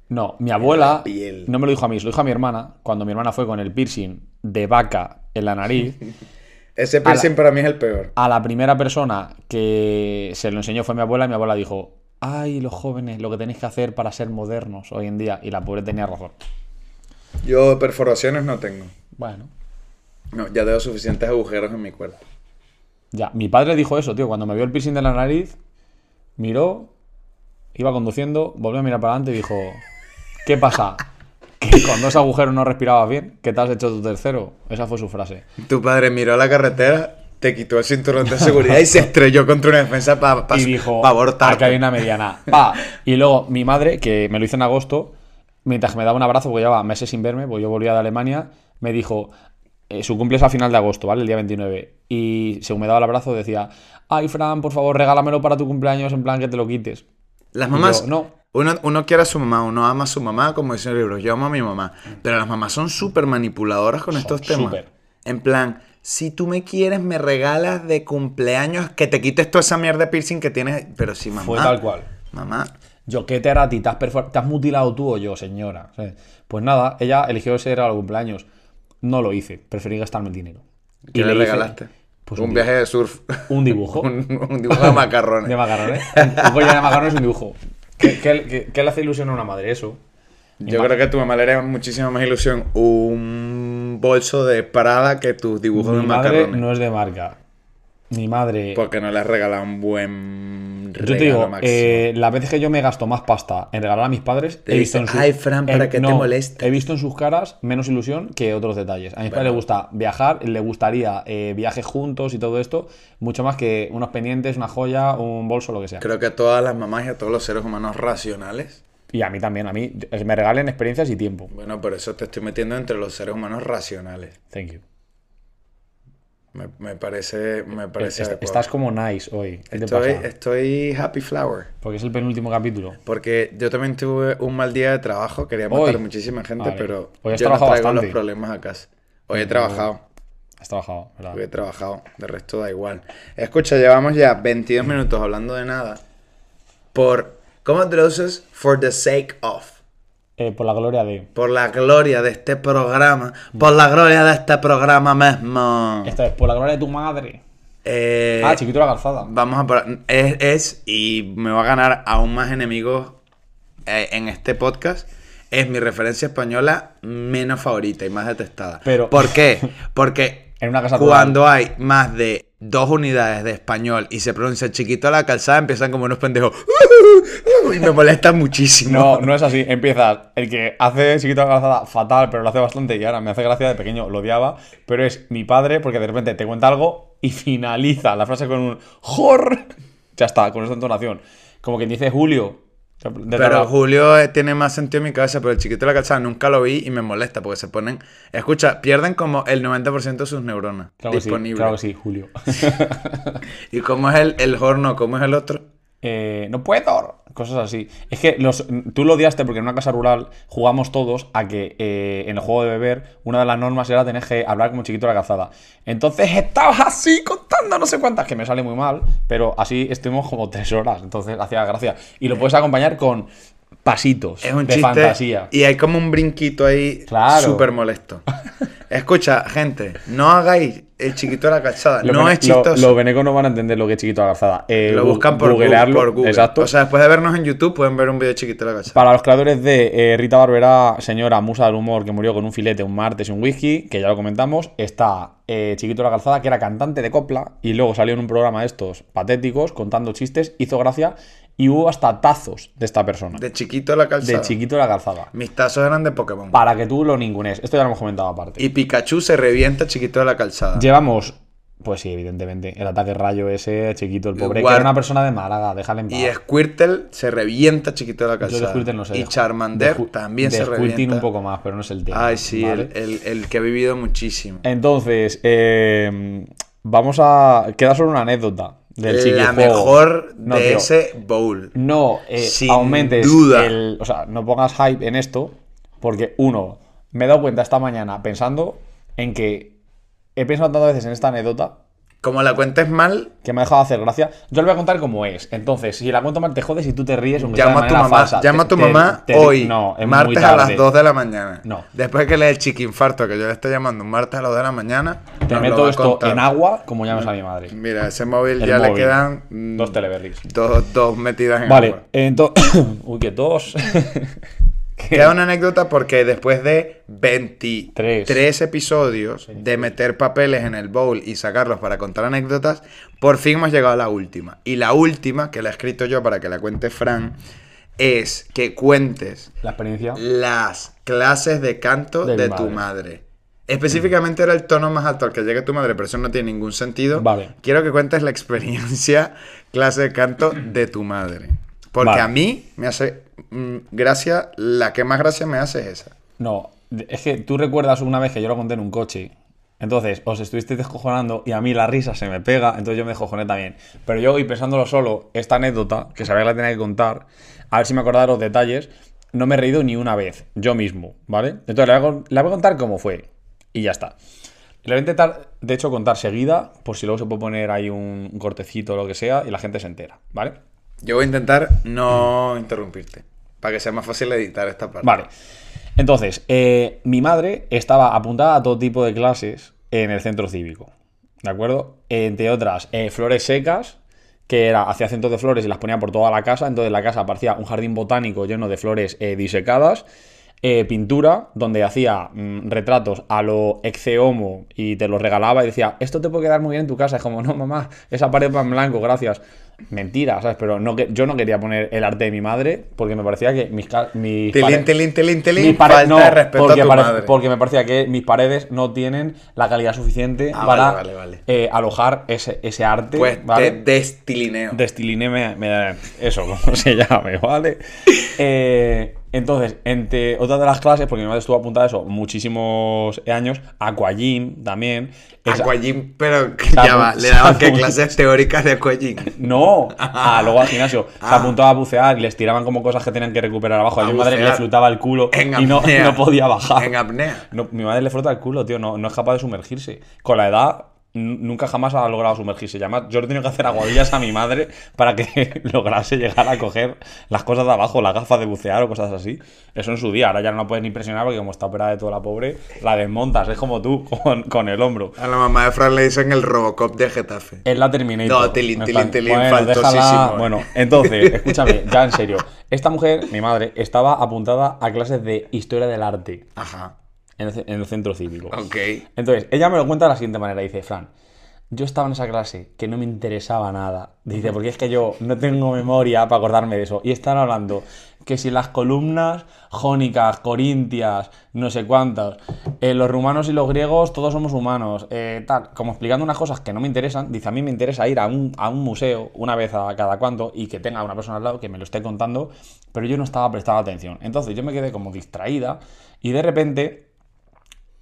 S1: No, mi abuela
S2: piel.
S1: no me lo dijo a mí, se lo dijo a mi hermana cuando mi hermana fue con el piercing de vaca en la nariz.
S2: Ese piercing para mí es el peor.
S1: A la primera persona que se lo enseñó fue mi abuela y mi abuela dijo, ay, los jóvenes, lo que tenéis que hacer para ser modernos hoy en día. Y la pobre tenía razón.
S2: Yo perforaciones no tengo.
S1: Bueno.
S2: No, ya tengo suficientes agujeros en mi cuerpo.
S1: Ya, mi padre dijo eso, tío, cuando me vio el piercing de la nariz, miró, iba conduciendo, volvió a mirar para adelante y dijo, ¿qué pasa? ¿Que con dos agujeros no respirabas bien? ¿Qué te has hecho tu tercero? Esa fue su frase.
S2: Tu padre miró a la carretera, te quitó el cinturón de seguridad y se estrelló contra una defensa para
S1: y dijo,
S2: abortar.
S1: acá hay una mediana. Pa. Y luego mi madre, que me lo hizo en agosto, mientras que me daba un abrazo, porque llevaba meses sin verme, pues yo volvía de Alemania, me dijo, eh, su cumple es a final de agosto, ¿vale? El día 29. Y según me daba el abrazo decía, ay Fran, por favor, regálamelo para tu cumpleaños, en plan que te lo quites.
S2: Las mamás.
S1: Yo, no.
S2: Uno, uno quiere a su mamá, uno ama a su mamá, como dice el libro, yo amo a mi mamá. Pero las mamás son súper manipuladoras con estos temas.
S1: Mm. súper.
S2: En plan, si tú me quieres, me regalas de cumpleaños que te quites toda esa mierda de piercing que tienes. Pero si mamá.
S1: Fue tal cual.
S2: Mamá.
S1: Yo, ¿qué te hará a ti? ¿Te has, perfor- te has mutilado tú o yo, señora? ¿Sabes? Pues nada, ella eligió ese regalo de cumpleaños. No lo hice, preferí gastarme el dinero.
S2: ¿Qué le,
S1: hice-
S2: regalaste?
S1: pues
S2: un
S1: un
S2: viaje de surf.
S1: Un dibujo.
S2: un, un dibujo de macarrones.
S1: De macarrones. Un pollo de macarrones es un dibujo. ¿Qué, qué- qué- qué le hace ilusión a una madre eso?
S2: Yo creo que a tu mamá le haría muchísima más ilusión un bolso de Prada que tus dibujos
S1: Mi
S2: de
S1: madre
S2: macarrones. Pues
S1: no es de marca. Mi madre.
S2: Porque no le has regalado un buen regalo
S1: Yo te digo,
S2: máximo.
S1: eh, las veces que yo me gasto más pasta en regalar a mis padres,
S2: Te
S1: he visto
S2: dicen,
S1: en sus,
S2: "Ay, Fran, ¿para qué te molesta?"
S1: He visto en sus caras menos ilusión que otros detalles. A mis padres les gusta viajar, le gustaría eh, viajes juntos y todo esto, mucho más que unos pendientes, una joya, un bolso, lo que sea.
S2: Creo que a todas las mamás y a todos los seres humanos racionales.
S1: Y a mí también, a mí eh, me regalen experiencias y tiempo.
S2: Bueno, por eso te estoy metiendo entre los seres humanos racionales.
S1: Thank you.
S2: Me, me parece. Me parece
S1: Est-
S2: adecuado.
S1: Eh, estás como nice hoy. ¿Qué te
S2: estoy,
S1: pasa?
S2: estoy happy flower.
S1: Porque es el penúltimo capítulo.
S2: Porque yo también tuve un mal día de trabajo, quería
S1: Hoy.
S2: matar muchísima gente,
S1: Vale.
S2: pero
S1: Hoy has
S2: yo no
S1: trabajado
S2: traigo los
S1: bastante. Mm,
S2: problemas a casa. Hoy he trabajado.
S1: Has trabajado, ¿verdad?
S2: Porque he trabajado, de resto da igual. Escucha, llevamos ya 22 minutos hablando de nada. Por, ¿cómo traduces? For the sake of.
S1: Eh, por la gloria de.
S2: Por la gloria de este programa. Por la gloria de este programa mismo.
S1: Esta es por la gloria de tu madre.
S2: Eh,
S1: ah, chiquito la calzada.
S2: Vamos a parar. Es, es- y me va a ganar aún más enemigos eh, en este podcast. Es mi referencia española menos favorita y más detestada.
S1: Pero-
S2: ¿Por qué? Porque
S1: En una casa
S2: cuando hay más de dos unidades de español y se pronuncia chiquito a la calzada, empiezan como unos pendejos. Y me molesta muchísimo.
S1: No, no es así. Empiezas. El que hace chiquito la calzada fatal, pero lo hace bastante y ahora me hace gracia de pequeño, lo odiaba. Pero es mi padre porque de repente te cuenta algo y finaliza la frase con un ¡Jor! Ya está, con esta entonación. Como quien dice Julio. de- de
S2: Pero
S1: tarda-
S2: Julio eh, tiene más sentido en mi cabeza, pero el chiquito de la calzada nunca lo vi y me molesta porque se ponen. Escucha, pierden como el 90% de sus neuronas
S1: Claro que sí,
S2: disponibles.
S1: claro que sí, Julio.
S2: ¿Y cómo es el, el horno? ¿Cómo es el otro?
S1: Eh, no puedo. Cosas así. Es que los, tú lo odiaste porque en una casa rural jugamos todos a que eh, en el juego de beber una de las normas era tener que hablar como chiquito de la cazada. Entonces estabas así contando no sé cuántas, que me sale muy mal, pero así estuvimos como tres horas. Entonces hacía gracia. Y lo puedes acompañar con pasitos
S2: Es un
S1: de
S2: chiste.
S1: fantasía.
S2: Y hay como un brinquito ahí
S1: Claro.
S2: súper molesto. Escucha, gente, no hagáis el chiquito de la calzada.
S1: Los
S2: no
S1: vene-
S2: es chistoso.
S1: lo- Los
S2: Lo,
S1: venecos no van a entender lo que es chiquito de la cazada. Eh, gu-
S2: buscan por Google,
S1: googlearlo,
S2: por Google.
S1: Exacto.
S2: O sea, después de vernos en YouTube pueden ver un video de chiquito de la calzada.
S1: Para los creadores de eh, Rita Barberá, señora musa del humor que murió con un filete, un martes y un whisky, que ya lo comentamos, está eh, Chiquito la Calzada, que era cantante de copla y luego salió en un programa de estos patéticos contando chistes, hizo gracia y hubo hasta tazos de esta persona, de,
S2: De chiquito de la calzada.
S1: Chiquito la Calzada,
S2: Mis tazos eran de Pokémon.
S1: para que tú lo ningunees. Esto ya lo hemos comentado aparte.
S2: Y Pikachu se revienta chiquito de la calzada.
S1: Llevamos Pues sí, evidentemente. El ataque rayo ese, chiquito, el pobre.
S2: Guard-
S1: Que era una persona de Málaga, déjale en paz.
S2: Y Squirtle se revienta chiquito de la
S1: Yo de
S2: calzada.
S1: Squirtle no sé.
S2: Y
S1: de-
S2: Charmander
S1: de Squ-
S2: también
S1: de
S2: se
S1: Squirtin
S2: revienta.
S1: un poco más, pero no es el tema.
S2: Ay, sí,
S1: ¿vale?
S2: el, el- el que ha vivido muchísimo.
S1: Entonces, eh, vamos a. Queda solo una anécdota del
S2: la
S1: chiquijuego.
S2: mejor
S1: No,
S2: de
S1: tío,
S2: ese bowl.
S1: No eh,
S2: Sin
S1: aumentes
S2: duda.
S1: el. O sea, no pongas hype en esto, porque uno, me he dado cuenta esta mañana pensando en que he pensado tantas veces en esta anécdota
S2: Como la cuentes mal,
S1: que me ha dejado de hacer gracia. Yo la voy a contar como es. Entonces, si la cuento mal, te jodes y tú te ríes. aunque sea de
S2: llama a tu
S1: manera
S2: mamá.
S1: falsa.
S2: Llama a tu
S1: Te- te-
S2: mamá
S1: te-
S2: hoy.
S1: No, es
S2: martes
S1: muy
S2: a
S1: tarde.
S2: las 2 de la mañana.
S1: No.
S2: Después que le dé el chiquinfarto, que yo le estoy llamando un martes a las 2 de la mañana. nos
S1: Te
S2: lo
S1: meto
S2: va a
S1: esto
S2: contar.
S1: en agua, como llamas a mi madre.
S2: Mira, ese móvil
S1: El
S2: ya le
S1: móvil.
S2: quedan mm,
S1: Dos teleberries.
S2: dos, dos metidas en
S1: Vale,
S2: agua.
S1: entonces. Uy, que dos.
S2: Queda una anécdota porque después de 23
S1: Tres.
S2: episodios de meter papeles en el bowl y sacarlos para contar anécdotas, por fin hemos llegado a la última. Y la última, que la he escrito yo para que la cuente Fran, es que cuentes
S1: La experiencia.
S2: las clases de canto
S1: De mi
S2: de tu
S1: madre.
S2: madre. Específicamente era el tono más alto al que llega tu madre, pero eso no tiene ningún sentido.
S1: Vale.
S2: Quiero que cuentes la experiencia clase de canto de tu madre. Porque
S1: Vale.
S2: a mí me hace mm, gracia, la que más gracia me hace es esa.
S1: No, es que tú recuerdas una vez que yo lo conté en un coche. Entonces, os estuvisteis descojonando y a mí la risa se me pega, entonces yo me descojoné también. Pero yo, y pensándolo solo, esta anécdota, que sabía que la tenía que contar, a ver si me acordaba de los detalles, no me he reído ni una vez, yo mismo, ¿vale? Entonces, la voy a, con- la voy a contar cómo fue. Y ya está. La voy a intentar, de hecho, contar seguida, por si luego se puede poner ahí un un cortecito o lo que sea y la gente se entera, ¿vale?
S2: Yo voy a intentar no interrumpirte, para que sea más fácil editar esta parte.
S1: Mm. Vale. Entonces, eh, mi madre estaba apuntada a todo tipo de clases en el centro cívico. ¿De acuerdo? Entre otras, eh, flores secas, que era, hacía cientos de flores y las ponía por toda la casa. Entonces, la casa parecía un jardín botánico lleno de flores eh, disecadas. Eh, pintura, donde hacía mm, retratos a lo exceomo y te los regalaba y decía, esto te puede quedar muy bien en tu casa. Es como, no, mamá, esa pared va en blanco, gracias. Mentira, ¿sabes? Pero no que, yo no quería poner el arte de mi madre porque me parecía que mis, ca- mis
S2: Tilín,
S1: pare-
S2: tilín, tilín, tilín,
S1: mis pare-
S2: falta
S1: no,
S2: de respeto
S1: porque,
S2: a tu
S1: pare-
S2: madre.
S1: porque me parecía que mis paredes no tienen la calidad suficiente
S2: Ah,
S1: para
S2: vale, vale, vale.
S1: eh, alojar ese, ese arte.
S2: Pues
S1: ¿vale?
S2: te destilineo.
S1: Destiline me, me da eso, como se llame, ¿vale? Eh, entonces, entre otras de las clases, porque mi madre estuvo apuntada a eso muchísimos años, Aquagym también. esa-
S2: Aquagym, pero
S1: Sabu-
S2: ya va, le daban que
S1: Sabu-
S2: clases teóricas de Aquagym.
S1: No, a, luego al gimnasio. Se
S2: Ah.
S1: apuntaba a bucear y les tiraban como cosas que tenían que recuperar abajo. A,
S2: A
S1: mi madre le
S2: bucear.
S1: flotaba el culo
S2: En
S1: y no,
S2: apnea.
S1: no podía bajar.
S2: En apnea.
S1: No, mi madre le frota el culo, tío. No, no es capaz de sumergirse. Con la edad, n- nunca jamás ha logrado sumergirse. Y además, yo le he tenido que hacer aguadillas a mi madre para que lograse llegar a coger las cosas de abajo, las gafas de bucear o cosas así. Eso en su día. Ahora ya no la puedes ni presionar porque como está operada de toda la pobre, la desmontas. Es como tú, con, con el hombro.
S2: A la mamá de Fran le dicen el Robocop de Getafe.
S1: Es la Terminator.
S2: No, tilín,
S1: En
S2: tilín,
S1: plan,
S2: tilín,
S1: bueno,
S2: faltosísimo,
S1: déjala.
S2: eh.
S1: Bueno, entonces, escúchame, ya en serio. Esta mujer, mi madre, estaba apuntada a clases de historia del arte
S2: Ajá.
S1: en el, ce- en el centro cívico.
S2: Ok.
S1: Entonces, ella me lo cuenta de la siguiente manera. Dice, Fran, yo estaba en esa clase que no me interesaba nada. Dice, porque es que yo no tengo memoria para acordarme de eso. Y están hablando que si las columnas jónicas, corintias, no sé cuántas, eh, los rumanos y los griegos, todos somos humanos, eh, tal, como explicando unas cosas que no me interesan, dice, a mí me interesa ir a un, a un museo una vez a cada cuanto y que tenga una persona al lado que me lo esté contando, pero yo no estaba prestando atención. Entonces yo me quedé como distraída y de repente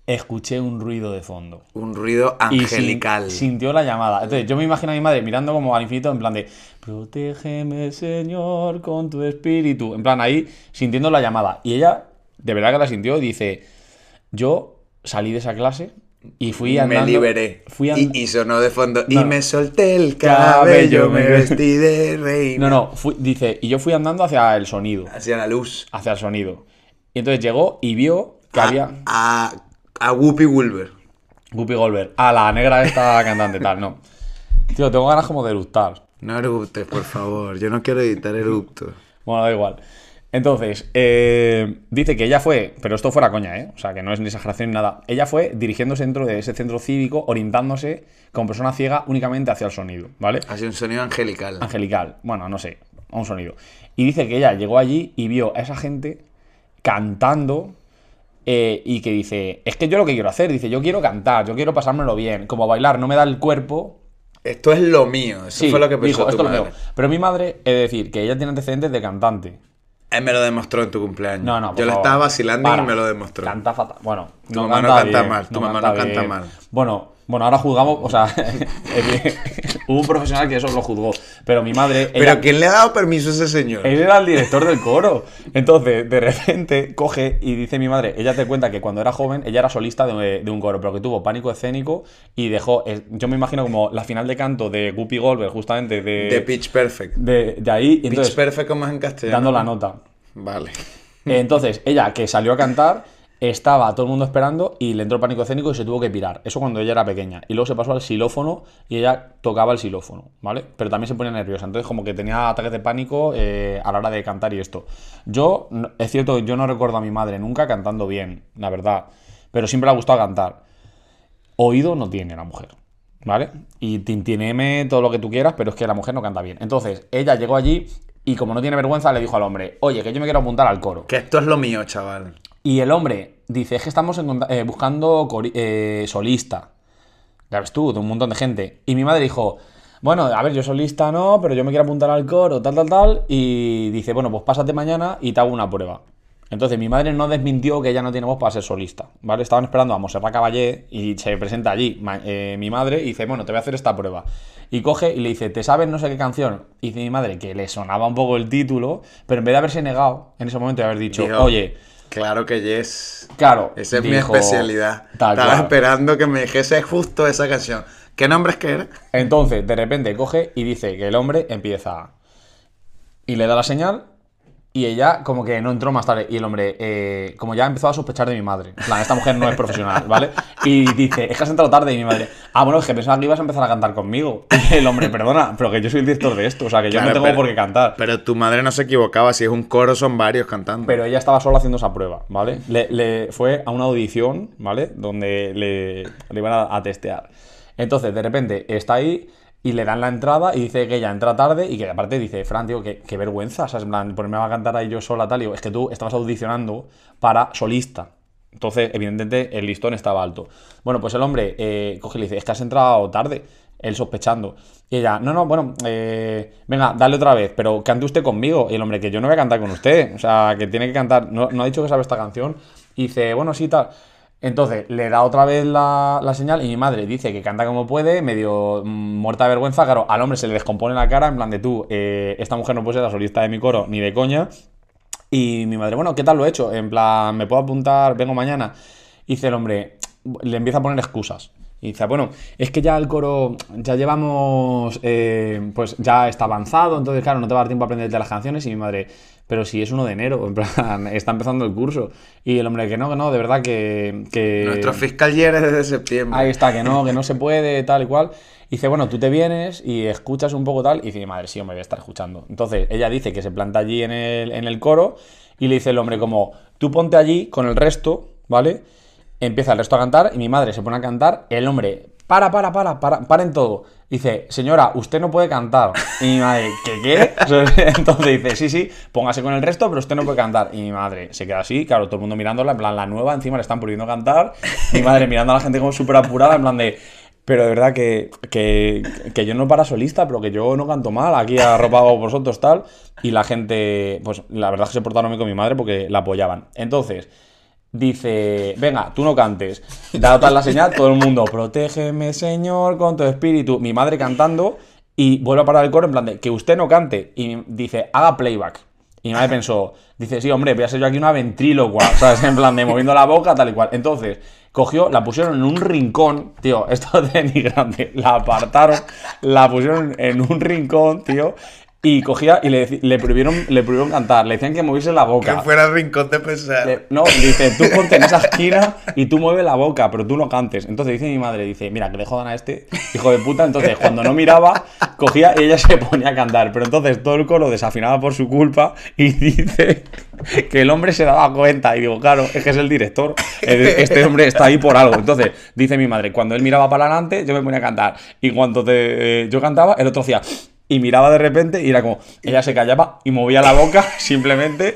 S1: escuché un ruido de fondo.
S2: Un ruido
S1: Y sin-
S2: angelical.
S1: sintió la llamada. Entonces yo me imagino a mi madre mirando como al infinito en plan de, protégeme Señor con tu espíritu. En plan ahí sintiendo la llamada. Y ella de verdad que la sintió y dice, yo salí de esa clase y fui andando.
S2: me liberé.
S1: Fui
S2: y,
S1: andando.
S2: y sonó de fondo.
S1: No,
S2: Y
S1: no.
S2: me solté el
S1: Cabello,
S2: cabello, me
S1: me-
S2: vestí de reina.
S1: No, no, fui- dice, y yo fui andando hacia el sonido.
S2: Hacia la luz.
S1: Hacia el sonido. Y entonces llegó y vio que
S2: Ah.
S1: había...
S2: A, a, a Whoopi Wolver.
S1: Guppy Golver, a la negra esta cantante, tal, no. Tío, tengo ganas como de eructar.
S2: No eruptes, por favor. Yo no quiero editar eruptos.
S1: Bueno, da igual. Entonces, eh, dice que ella fue, pero esto fuera coña, ¿eh? O sea, que no es ni exageración ni nada. Ella fue dirigiéndose dentro de ese centro cívico, orientándose como persona ciega únicamente hacia el sonido, ¿vale?
S2: Hace un sonido angelical.
S1: Angelical, bueno, no sé, a un sonido. Y dice que ella llegó allí y vio a esa gente cantando eh, y que dice, es que yo lo que quiero hacer, dice, yo quiero cantar, yo quiero pasármelo bien, como bailar no me da el cuerpo.
S2: Esto es lo mío. Eso
S1: Sí,
S2: fue lo que pensó
S1: dijo,
S2: tu
S1: esto es lo
S2: madre.
S1: mío. Pero mi madre, es decir, que ella tiene antecedentes de cantante.
S2: Él me lo demostró en tu cumpleaños.
S1: No, no, por
S2: Yo le
S1: favor.
S2: estaba vacilando
S1: Para.
S2: y me lo demostró.
S1: Canta fatal. Bueno,
S2: Tu mamá no canta mal, tu mamá no canta
S1: bien.
S2: mal.
S1: Bueno, bueno, ahora juzgamos, o sea, es que hubo un profesional que eso lo juzgó, pero mi madre...
S2: Pero
S1: ella-
S2: ¿quién le ha dado permiso a ese señor?
S1: Él era el director del coro. Entonces, de repente, coge y dice mi madre, ella te cuenta que cuando era joven, ella era solista de, de un coro, pero que tuvo pánico escénico y dejó, eh, yo me imagino como la final de canto de Guppy Goldberg, justamente de,
S2: De Pitch Perfect.
S1: de, de ahí, y
S2: Pitch
S1: entonces,
S2: Perfect, ¿cómo es en castellano?
S1: dando la nota.
S2: Vale.
S1: Entonces, ella que salió a cantar, estaba todo el mundo esperando y le entró el pánico escénico y se tuvo que pirar. Eso cuando ella era pequeña. Y luego se pasó al xilófono y ella tocaba el xilófono, ¿vale? Pero también se ponía nerviosa. Entonces, como que tenía ataques de pánico eh, a la hora de cantar y esto. Yo, no- es cierto, yo no recuerdo a mi madre nunca cantando bien, la verdad. Pero siempre le ha gustado cantar. Oído no tiene la mujer, ¿vale? Y tintineme, todo lo que tú quieras, pero es que la mujer no canta bien. Entonces, ella llegó allí y como no tiene vergüenza, le dijo al hombre, oye, que yo me quiero apuntar al coro.
S2: Que esto es lo mío, chaval.
S1: Y el hombre dice, es que estamos encont- eh, buscando cori- eh, solista. Ya ves tú, de un montón de gente. Y mi madre dijo, bueno, a ver, yo solista no, pero yo me quiero apuntar al coro, tal, tal, tal. Y dice, bueno, pues pásate mañana y te hago una prueba. Entonces mi madre no desmintió que ella no tiene voz para ser solista, ¿vale? Estaban esperando a Monserrat Caballé y se presenta allí ma- eh, mi madre y dice, bueno, te voy a hacer esta prueba. Y coge y le dice, ¿te sabes no sé qué canción? Y dice mi madre que le sonaba un poco el título, pero en vez de haberse negado en ese momento y haber dicho,
S2: Dijo,
S1: oye,
S2: Claro que yes.
S1: Claro.
S2: Esa es mi
S1: dijo,
S2: especialidad.
S1: Tal
S2: Estaba
S1: cual.
S2: esperando que me dijese justo esa canción. ¿Qué nombres que era?
S1: Entonces, de repente coge y dice que el hombre empieza. Y le da la señal. Y ella, como que no entró más tarde. Y el hombre, eh, como ya empezó a sospechar de mi madre. En plan, esta mujer no es profesional, ¿vale? Y dice, es que has entrado tarde. Y mi madre, ah, bueno, es que pensaba que ibas a empezar a cantar conmigo. Y el hombre, perdona, pero que yo soy el director de esto. O sea, que yo
S2: Claro,
S1: no tengo
S2: pero-
S1: por qué cantar.
S2: Pero tu madre no se equivocaba. Si es un coro, son varios cantando.
S1: Pero ella estaba sola haciendo esa prueba, ¿vale? Le, le- fue a una audición, ¿vale? Donde le, le iban a, a testear. Entonces, de repente, está ahí y le dan la entrada y dice que ella entra tarde y que aparte dice, Fran, tío, qué, qué vergüenza, o sea, en plan, ponerme a cantar ahí yo sola, tal, y digo, es que tú estabas audicionando para solista. Entonces, evidentemente, el listón estaba alto. Bueno, pues el hombre eh, coge y le dice, es que has entrado tarde, él sospechando. Y ella, no, no, bueno, eh, venga, dale otra vez, pero cante usted conmigo. Y el hombre, que yo no voy a cantar con usted, o sea, que tiene que cantar, no, no ha dicho que sabe esta canción. Y dice, bueno, sí, tal. Entonces, le da otra vez la, la señal y mi madre dice que canta como puede, medio mm, muerta de vergüenza. Claro, al hombre se le descompone la cara, en plan de tú, eh, esta mujer no puede ser la solista de mi coro, ni de coña. Y mi madre, bueno, ¿qué tal lo he hecho? En plan, ¿me puedo apuntar? Vengo mañana. Y dice el hombre, le empieza a poner excusas. Y dice, "Ah, bueno, es que ya el coro, ya llevamos, eh, pues ya está avanzado, entonces claro, no te va a dar tiempo a aprenderte las canciones. Y mi madre, pero si es 1 de enero, en plan, está empezando el curso. Y el hombre, que no, que no, de verdad que... que
S2: Nuestro fiscal ayer es desde septiembre.
S1: eh, Ahí está, que no, que no se puede, tal y cual. Y dice, bueno, tú te vienes y escuchas un poco tal. Y dice, madre, sí, hombre, voy a estar escuchando. Entonces, ella dice que se planta allí en el, en el coro y le dice el hombre como, tú ponte allí con el resto, ¿vale? Empieza el resto a cantar y mi madre se pone a cantar. El hombre, para, para, para, para, paren todo. Dice, señora, usted no puede cantar. Y mi madre, ¿qué qué? Entonces dice, sí, sí, póngase con el resto, pero usted no puede cantar. Y mi madre se queda así, claro, todo el mundo mirándola, en plan, la nueva, encima le están prohibiendo cantar. Mi madre mirando a la gente como súper apurada, en plan de, pero de verdad que, que, que yo no para solista, pero que yo no canto mal, aquí arropado vosotros, tal. Y la gente, pues la verdad es que se portaron bien con mi madre porque la apoyaban. Entonces, dice, venga, tú no cantes. Da tal la señal, todo el mundo, protégeme, Señor, con tu espíritu. Mi madre cantando y vuelve a parar el coro en plan de, que usted no cante. Y dice, haga playback. Y mi madre pensó, dice, sí, hombre, voy a ser yo aquí una ventrílocua, ¿sabes? En plan de moviendo la boca, tal y cual. Entonces, cogió, la pusieron en un rincón, tío, esto es denigrante, la apartaron, la pusieron en un rincón, tío, y cogía y le, deci- le prohibieron, le prohibieron cantar, le decían que moviese la
S2: Que
S1: boca.
S2: fuera el rincón de pensar.
S1: Le- no, dice, tú ponte en esa esquina y tú mueves la boca, pero tú no cantes. Entonces dice mi madre, dice, mira, que le jodan a este hijo de puta. Entonces, cuando no miraba, cogía y ella se ponía a cantar. Pero entonces todo el coro desafinaba por su culpa y dice que el hombre se daba cuenta. Y digo, claro, es que es el director. Eh, Este hombre está ahí por algo. Entonces, dice mi madre, cuando él miraba para adelante, yo me ponía a cantar. Y cuando te- eh, yo cantaba, el otro hacía... Y miraba de repente y era como, ella se callaba y movía la boca simplemente.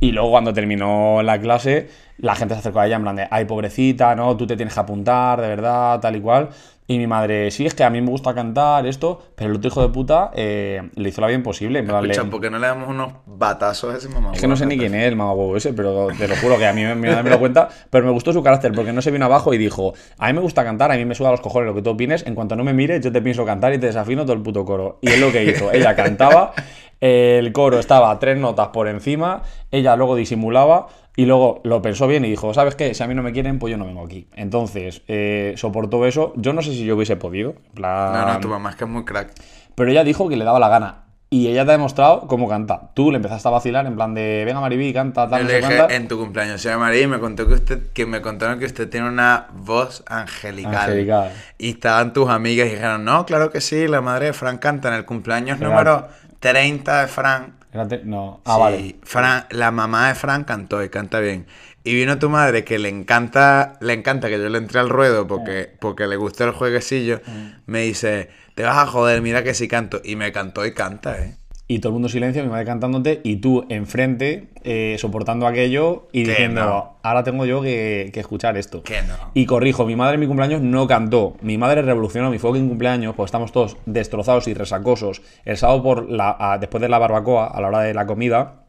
S1: Y luego cuando terminó la clase, la gente se acercó a ella en plan de, ay, pobrecita, no, tú te tienes que apuntar, de verdad, tal y cual. Y mi madre, sí, es que a mí me gusta cantar esto, pero el otro hijo de puta eh, le hizo la bien posible. en plan, le-
S2: Escucha, ¿por qué no le damos unos batazos a ese mamá?
S1: es que no sé ni quién es el mamahuevo ese, pero te lo juro que a mí me, me, me lo cuenta. Pero me gustó su carácter porque no se vino abajo y dijo: A mí me gusta cantar, a mí me suda los cojones lo que tú opines. En cuanto no me mires, yo te pienso cantar y te desafino todo el puto coro. Y es lo que hizo. Ella cantaba, el coro estaba tres notas por encima, ella luego disimulaba. Y luego lo pensó bien y dijo, ¿sabes qué? Si a mí no me quieren, pues yo no vengo aquí. Entonces, eh, soportó eso. Yo no sé si yo hubiese podido. en plan-
S2: No, no, tu mamá es que es muy crack.
S1: pero ella dijo que le daba la gana. Y ella te ha demostrado cómo canta. Tú le empezaste a vacilar en plan de, venga Maribí, canta,
S2: Yo
S1: tal, no
S2: le
S1: sé
S2: dije,
S1: cuántas".
S2: en tu cumpleaños, señora María, y me contó que usted, que me contaron que usted tiene una voz angelical.
S1: Angelical.
S2: Y estaban tus amigas y dijeron, no, claro que sí, la madre de Fran canta en el cumpleaños
S1: Era-
S2: número 30 de Fran.
S1: Espérate, No, ah,
S2: Sí,
S1: vale.
S2: Fran- la mamá de Fran cantó y canta bien. Y vino tu madre que le encanta, le encanta que yo le entre al ruedo porque, porque le gusta el jueguecillo. Me dice, te vas a joder, mira que sí canto. Y me cantó y canta, eh.
S1: Y todo el mundo en silencio, mi madre cantándote, y tú enfrente, eh, soportando aquello y
S2: Que
S1: diciendo,
S2: no.
S1: ahora tengo yo que, que escuchar esto.
S2: Que no.
S1: Y corrijo, mi madre en mi cumpleaños no cantó. Mi madre revolucionó mi fucking cumpleaños, pues estamos todos destrozados y resacosos. El sábado por la, a- después de la barbacoa, a la hora de la comida,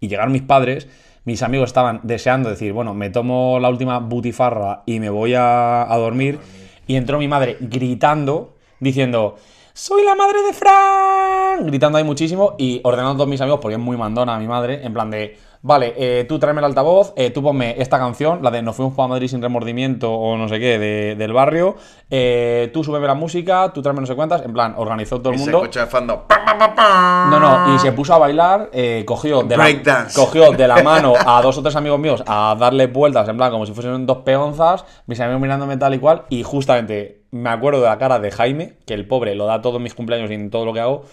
S1: y llegaron mis padres, mis amigos estaban deseando decir, bueno, me tomo la última butifarra y me voy a, a dormir. Y entró mi madre gritando, diciendo, soy la madre de Fran. Gritando ahí muchísimo y ordenando a todos mis amigos, porque es muy mandona mi madre, en plan de, vale, eh, tú tráeme el altavoz, eh, tú ponme esta canción, la de Nos fuimos para Madrid sin remordimiento o no sé qué, de- del barrio, eh, tú súbeme la música, tú tráeme no sé cuántas, en plan, organizó todo el
S2: Y se
S1: mundo.
S2: escucha de fondo. "Pam, pam, pam, pam".
S1: No, no, y se puso a bailar, eh, cogió, de la,
S2: Breakdance.
S1: cogió de la mano a dos o tres amigos míos a darle vueltas, en plan, como si fuesen dos peonzas, mis amigos mirándome tal y cual, y justamente me acuerdo de la cara de Jaime, que el pobre lo da todos mis cumpleaños y en todo lo que hago,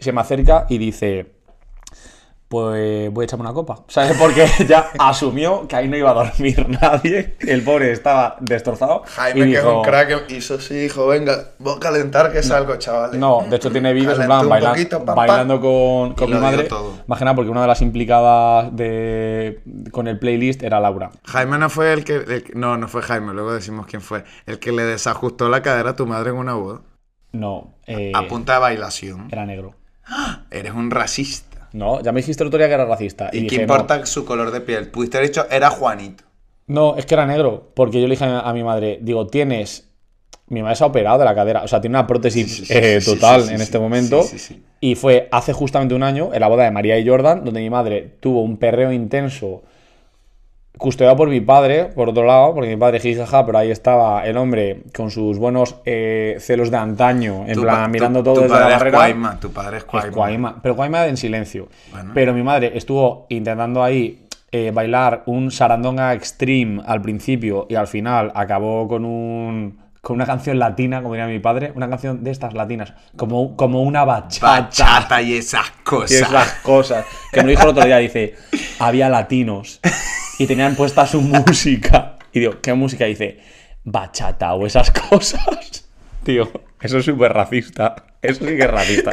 S1: se me acerca y dice, pues voy a echarme una copa, ¿sabes? Porque ya asumió que ahí no iba a dormir nadie, el pobre estaba destrozado.
S2: Jaime,
S1: y
S2: que es
S1: dijo,
S2: un crack, hizo sí, dijo, venga, vos calentar que salgo, chavales.
S1: no, de hecho tiene vídeos en
S2: Calentó
S1: plan
S2: un
S1: baila-
S2: poquito, pam, pam.
S1: bailando con, con
S2: Y
S1: mi
S2: lo dio
S1: madre.
S2: todo.
S1: Más que nada porque una de las implicadas de, con el playlist era Laura.
S2: Jaime no fue el que. el que- no, no fue Jaime, luego decimos quién fue. El que le desajustó la cadera a tu madre en una boda.
S1: No, eh,
S2: A punta de bailación.
S1: era negro.
S2: Eres un racista.
S1: No, ya me dijiste el otro día que era racista.
S2: ¿Y,
S1: dije,
S2: qué
S1: no.
S2: importa su color de piel? Pudiste haber dicho, era Juanito.
S1: No, es que era negro, porque yo le dije a a mi madre, digo, tienes... Mi madre se ha operado de la cadera, o sea, tiene una prótesis
S2: Sí, sí, sí,
S1: eh,
S2: sí, sí,
S1: total
S2: sí,
S1: en
S2: sí,
S1: este
S2: sí,
S1: momento.
S2: sí, sí.
S1: Y fue hace justamente un año, en la boda de María y Jordan, donde mi madre tuvo un perreo intenso, custodiado por mi padre, por otro lado, porque mi padre jijaja, pero ahí estaba el hombre con sus buenos eh, celos de antaño, en
S2: Tu
S1: plan,
S2: pa-
S1: mirando
S2: tu-
S1: todo
S2: tu
S1: desde la
S2: padre
S1: barrera.
S2: Es Guayma, tu padre es
S1: Es
S2: Guayma.
S1: Cuaima, Pues pero Cuaima en silencio.
S2: Bueno.
S1: Pero mi madre estuvo intentando ahí eh, bailar un sarandonga extreme al principio y al final acabó con un con una canción latina, como diría mi padre, una canción de estas latinas, como, como una bachata
S2: Bachata y esas cosas.
S1: y esas cosas. Que me dijo el otro día, dice, había latinos y tenían puesta su música. Y digo, ¿qué música? Y dice, bachata o esas cosas. Tío, eso es súper racista. Eso sí que es racista.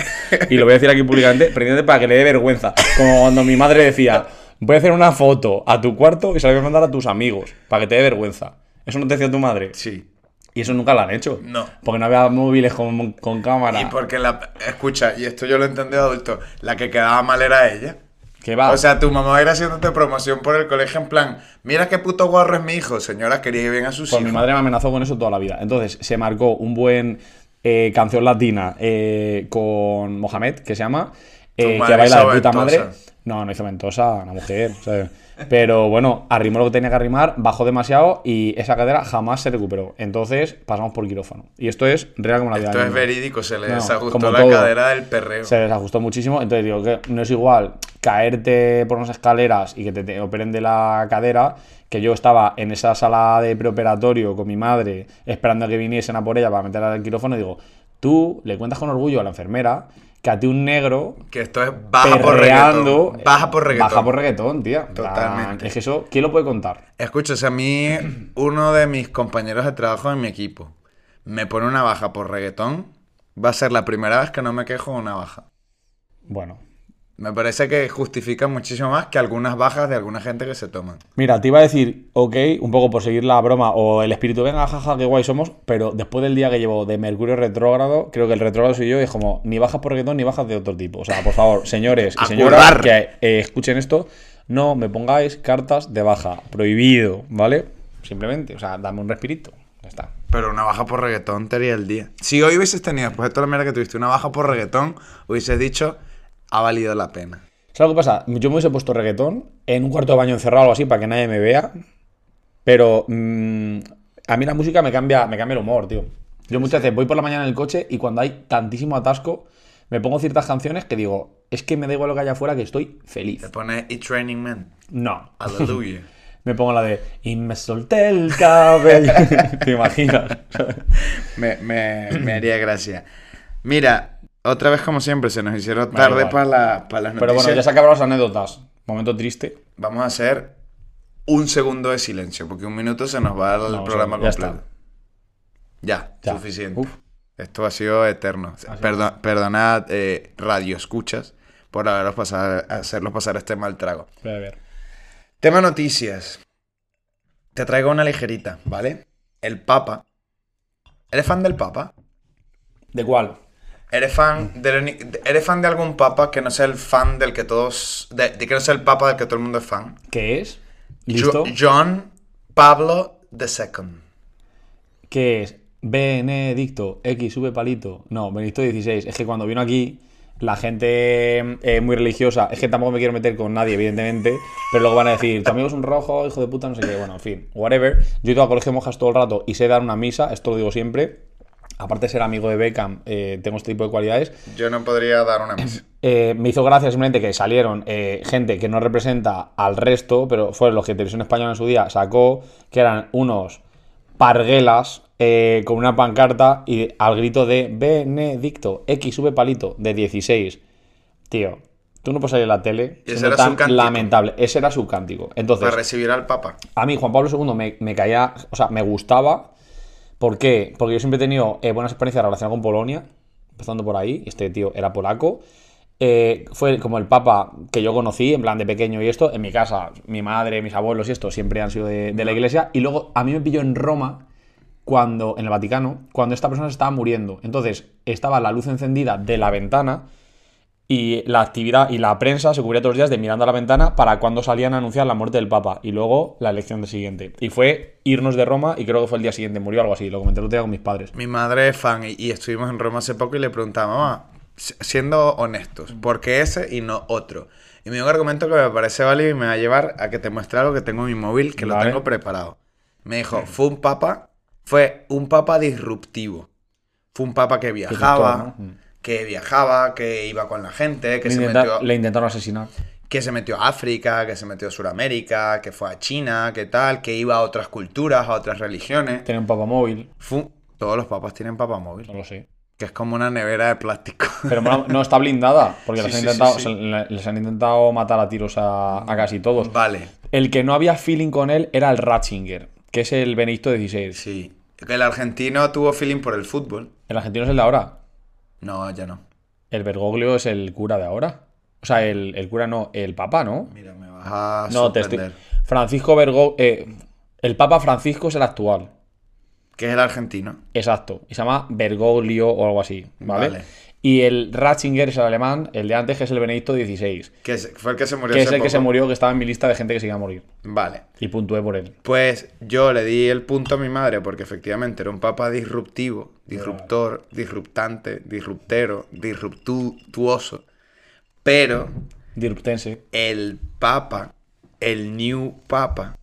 S1: Y lo voy a decir aquí públicamente, precisamente para que le dé vergüenza. Como cuando mi madre decía, voy a hacer una foto a tu cuarto y se la voy a mandar a tus amigos, para que te dé vergüenza. Eso no te decía tu madre.
S2: Sí.
S1: Y eso nunca lo han hecho.
S2: No.
S1: Porque no había móviles con, con cámara.
S2: Y porque la. Escucha, y esto yo lo entendí de adulto. La que quedaba mal era ella.
S1: Que va.
S2: O sea, tu mamá va a ir haciéndote promoción por el colegio en plan, mira qué puto guarro es mi hijo, señora, quería ir bien a sus
S1: Pues mi
S2: hijos.
S1: madre me amenazó con eso toda la vida. Entonces se marcó un buen eh, canción latina eh, con Mohamed, que se llama, eh, que
S2: madre
S1: baila
S2: hizo
S1: de puta madre.
S2: ventosa.
S1: No, no hizo ventosa, una mujer. ¿sabes? Pero bueno, arrimó lo que tenía que arrimar, bajó demasiado y esa cadera jamás se recuperó. Entonces pasamos por quirófano. Y esto es real como la vida.
S2: Esto es
S1: misma.
S2: verídico, se le
S1: No,
S2: desajustó
S1: como
S2: la
S1: todo.
S2: cadera del perreo.
S1: Se desajustó muchísimo. Entonces digo que no es igual caerte por unas escaleras y que te, te operen de la cadera, que yo estaba en esa sala de preoperatorio con mi madre esperando a que viniesen a por ella para meterla al quirófano y digo, tú le cuentas con orgullo a la enfermera que a ti un negro
S2: Que esto es baja por
S1: perreando-
S2: reggaetón. Baja por reggaetón.
S1: Baja por reggaetón, tía.
S2: Totalmente.
S1: Es que eso, ¿quién lo puede contar?
S2: Escucha, o sea, a mí uno de mis compañeros de trabajo en mi equipo me pone una baja por reggaetón, va a ser la primera vez que no me quejo de una baja.
S1: Bueno,
S2: Me parece que justifica muchísimo más que algunas bajas de alguna gente que se toman.
S1: Mira, te iba a decir, ok, un poco por seguir la broma o el espíritu, venga, jaja, qué guay somos, pero después del día que llevo de Mercurio retrógrado, creo que el retrógrado soy yo y es como, ni bajas por reggaetón ni bajas de otro tipo. O sea, por favor, señores y
S2: A
S1: señoras
S2: currar.
S1: que eh, escuchen esto, no me pongáis cartas de baja, prohibido, ¿vale? Simplemente, o sea, dame un respirito, ya está.
S2: Pero una baja por reggaetón te haría el día. Si hoy hubieses tenido, después de toda la mierda que tuviste, una baja por reggaetón, hubieses dicho, ha valido la pena.
S1: ¿Sabes lo que pasa? Yo me hubiese puesto reggaetón en un cuarto de baño encerrado o algo así para que nadie me vea. Pero mm, a mí la música me cambia, me cambia el humor, tío. Yo muchas veces voy por la mañana en el coche y cuando hay tantísimo atasco, me pongo ciertas canciones que digo, es que me da igual lo que haya afuera, que estoy
S2: Te
S1: feliz.
S2: pone y training man.
S1: No.
S2: Aleluya.
S1: Me pongo la de y me solté el cabello. ¿Te imaginas?
S2: me, me- me haría gracia. Mira, otra vez como siempre, se nos hicieron
S1: Vale,
S2: tarde
S1: vale.
S2: para la, para las noticias.
S1: Pero bueno, ya se acabaron las anécdotas. Momento triste.
S2: Vamos a hacer un segundo de silencio, porque un minuto se nos va el
S1: No,
S2: programa
S1: ya
S2: completo. Ya,
S1: Ya.
S2: suficiente.
S1: Uf.
S2: Esto ha sido eterno. Perdón, perdonad, eh, radio escuchas, por haberos pasado, hacerlos pasar este mal trago.
S1: Voy a ver.
S2: Tema noticias. Te traigo una ligerita, ¿vale? El Papa. ¿Eres fan del Papa?
S1: ¿De cuál?
S2: ¿Eres fan de, de- ¿Eres fan de algún Papa que no sea el fan del que todos... De, de que no sea el Papa del que todo el mundo es fan?
S1: ¿Qué es? ¿Listo?
S2: Jo- John Pablo II.
S1: que es Benedicto X sube palito. No, Benedicto 16. Es que cuando vino aquí, la gente eh, muy religiosa, es que tampoco me quiero meter con nadie, evidentemente, pero luego van a decir, tu amigo es un rojo, hijo de puta, no sé qué. Bueno, en fin, whatever. Yo he ido a colegio de monjas todo el rato y sé dar una misa, esto lo digo siempre. Aparte de ser amigo de Beckham, eh, tengo este tipo de cualidades.
S2: Yo no podría dar una misa.
S1: Eh, me hizo gracia simplemente que salieron eh, gente que no representa al resto, pero fue los que Televisión Española en su día sacó, que eran unos parguelas eh, con una pancarta y al grito de Benedicto, X sube palito, de 16. Tío, tú no puedes salir en la tele.
S2: Ese
S1: siendo
S2: era su
S1: tan
S2: cántico.
S1: lamentable. Ese era su cántico. Entonces,
S2: Para recibir al Papa.
S1: a mí Juan Pablo II me, me caía, o sea, me gustaba. ¿Por qué? Porque yo siempre he tenido eh, buenas experiencias relacionadas con Polonia, empezando por ahí. Este tío era polaco. Eh, fue como el papa que yo conocí, en plan de pequeño y esto. En mi casa, mi madre, mis abuelos y esto siempre han sido de, de la iglesia. Y luego a mí me pilló en Roma, cuando, en el Vaticano, cuando esta persona se estaba muriendo. Entonces estaba la luz encendida de la ventana. Y la actividad y la prensa se cubría todos los días de mirando a la ventana para cuando salían a anunciar la muerte del Papa y luego la elección del siguiente. Y fue irnos de Roma y creo que fue el día siguiente, murió algo así, lo comenté el otro día con mis padres.
S2: Mi madre es fan y, y estuvimos en Roma hace poco y le preguntaba, mamá, si- siendo honestos, ¿por qué ese y no otro? Y me dio un argumento que me parece válido y me va a llevar a que te muestre algo que tengo en mi móvil, que
S1: Vale.
S2: lo tengo preparado. Me dijo, fue un papa, fue un papa disruptivo. Fue un papa que viajaba,
S1: ¿no? Mm.
S2: que viajaba, que iba con la gente, que
S1: Le,
S2: se
S1: intenta-
S2: metió...
S1: le intentaron asesinar.
S2: que se metió a África, que se metió a Sudamérica, que fue a China, que tal, que iba a otras culturas, a otras religiones.
S1: Tenía un papa móvil,
S2: Fu- Todos los papas tienen papa móvil,
S1: no lo sé.
S2: que es como una nevera de plástico.
S1: Pero mola- no está blindada, porque
S2: Sí,
S1: les, han
S2: sí, sí,
S1: intentado,
S2: sí.
S1: se- le- les han intentado matar a tiros a, a casi todos.
S2: vale,
S1: El que no había feeling con él era el Ratzinger, que es el Benedicto XVI.
S2: sí. El argentino tuvo feeling por el fútbol.
S1: El argentino es el de ahora.
S2: No, ya no.
S1: El Bergoglio es el cura de ahora. O sea, el, el cura no, el papa, ¿no?
S2: Mira, me vas a
S1: No, te estoy...
S2: sorprender.
S1: Francisco Bergoglio... el Papa Francisco es el actual.
S2: Que es el argentino.
S1: Exacto. Y se llama Bergoglio o algo así, ¿vale?
S2: Vale.
S1: Y el Ratzinger es el alemán, el de antes que es el Benedicto XVI.
S2: Que se- fue el que se murió
S1: Que es
S2: hace
S1: el que se
S2: poco.
S1: murió, que estaba en mi lista de gente que se iba a morir.
S2: Vale.
S1: Y puntué por él.
S2: Pues yo le di el punto a mi madre porque efectivamente era un papa disruptivo, disruptor, disruptante, disruptero, disruptuoso. Pero
S1: Diruptense.
S2: el papa, el new papa,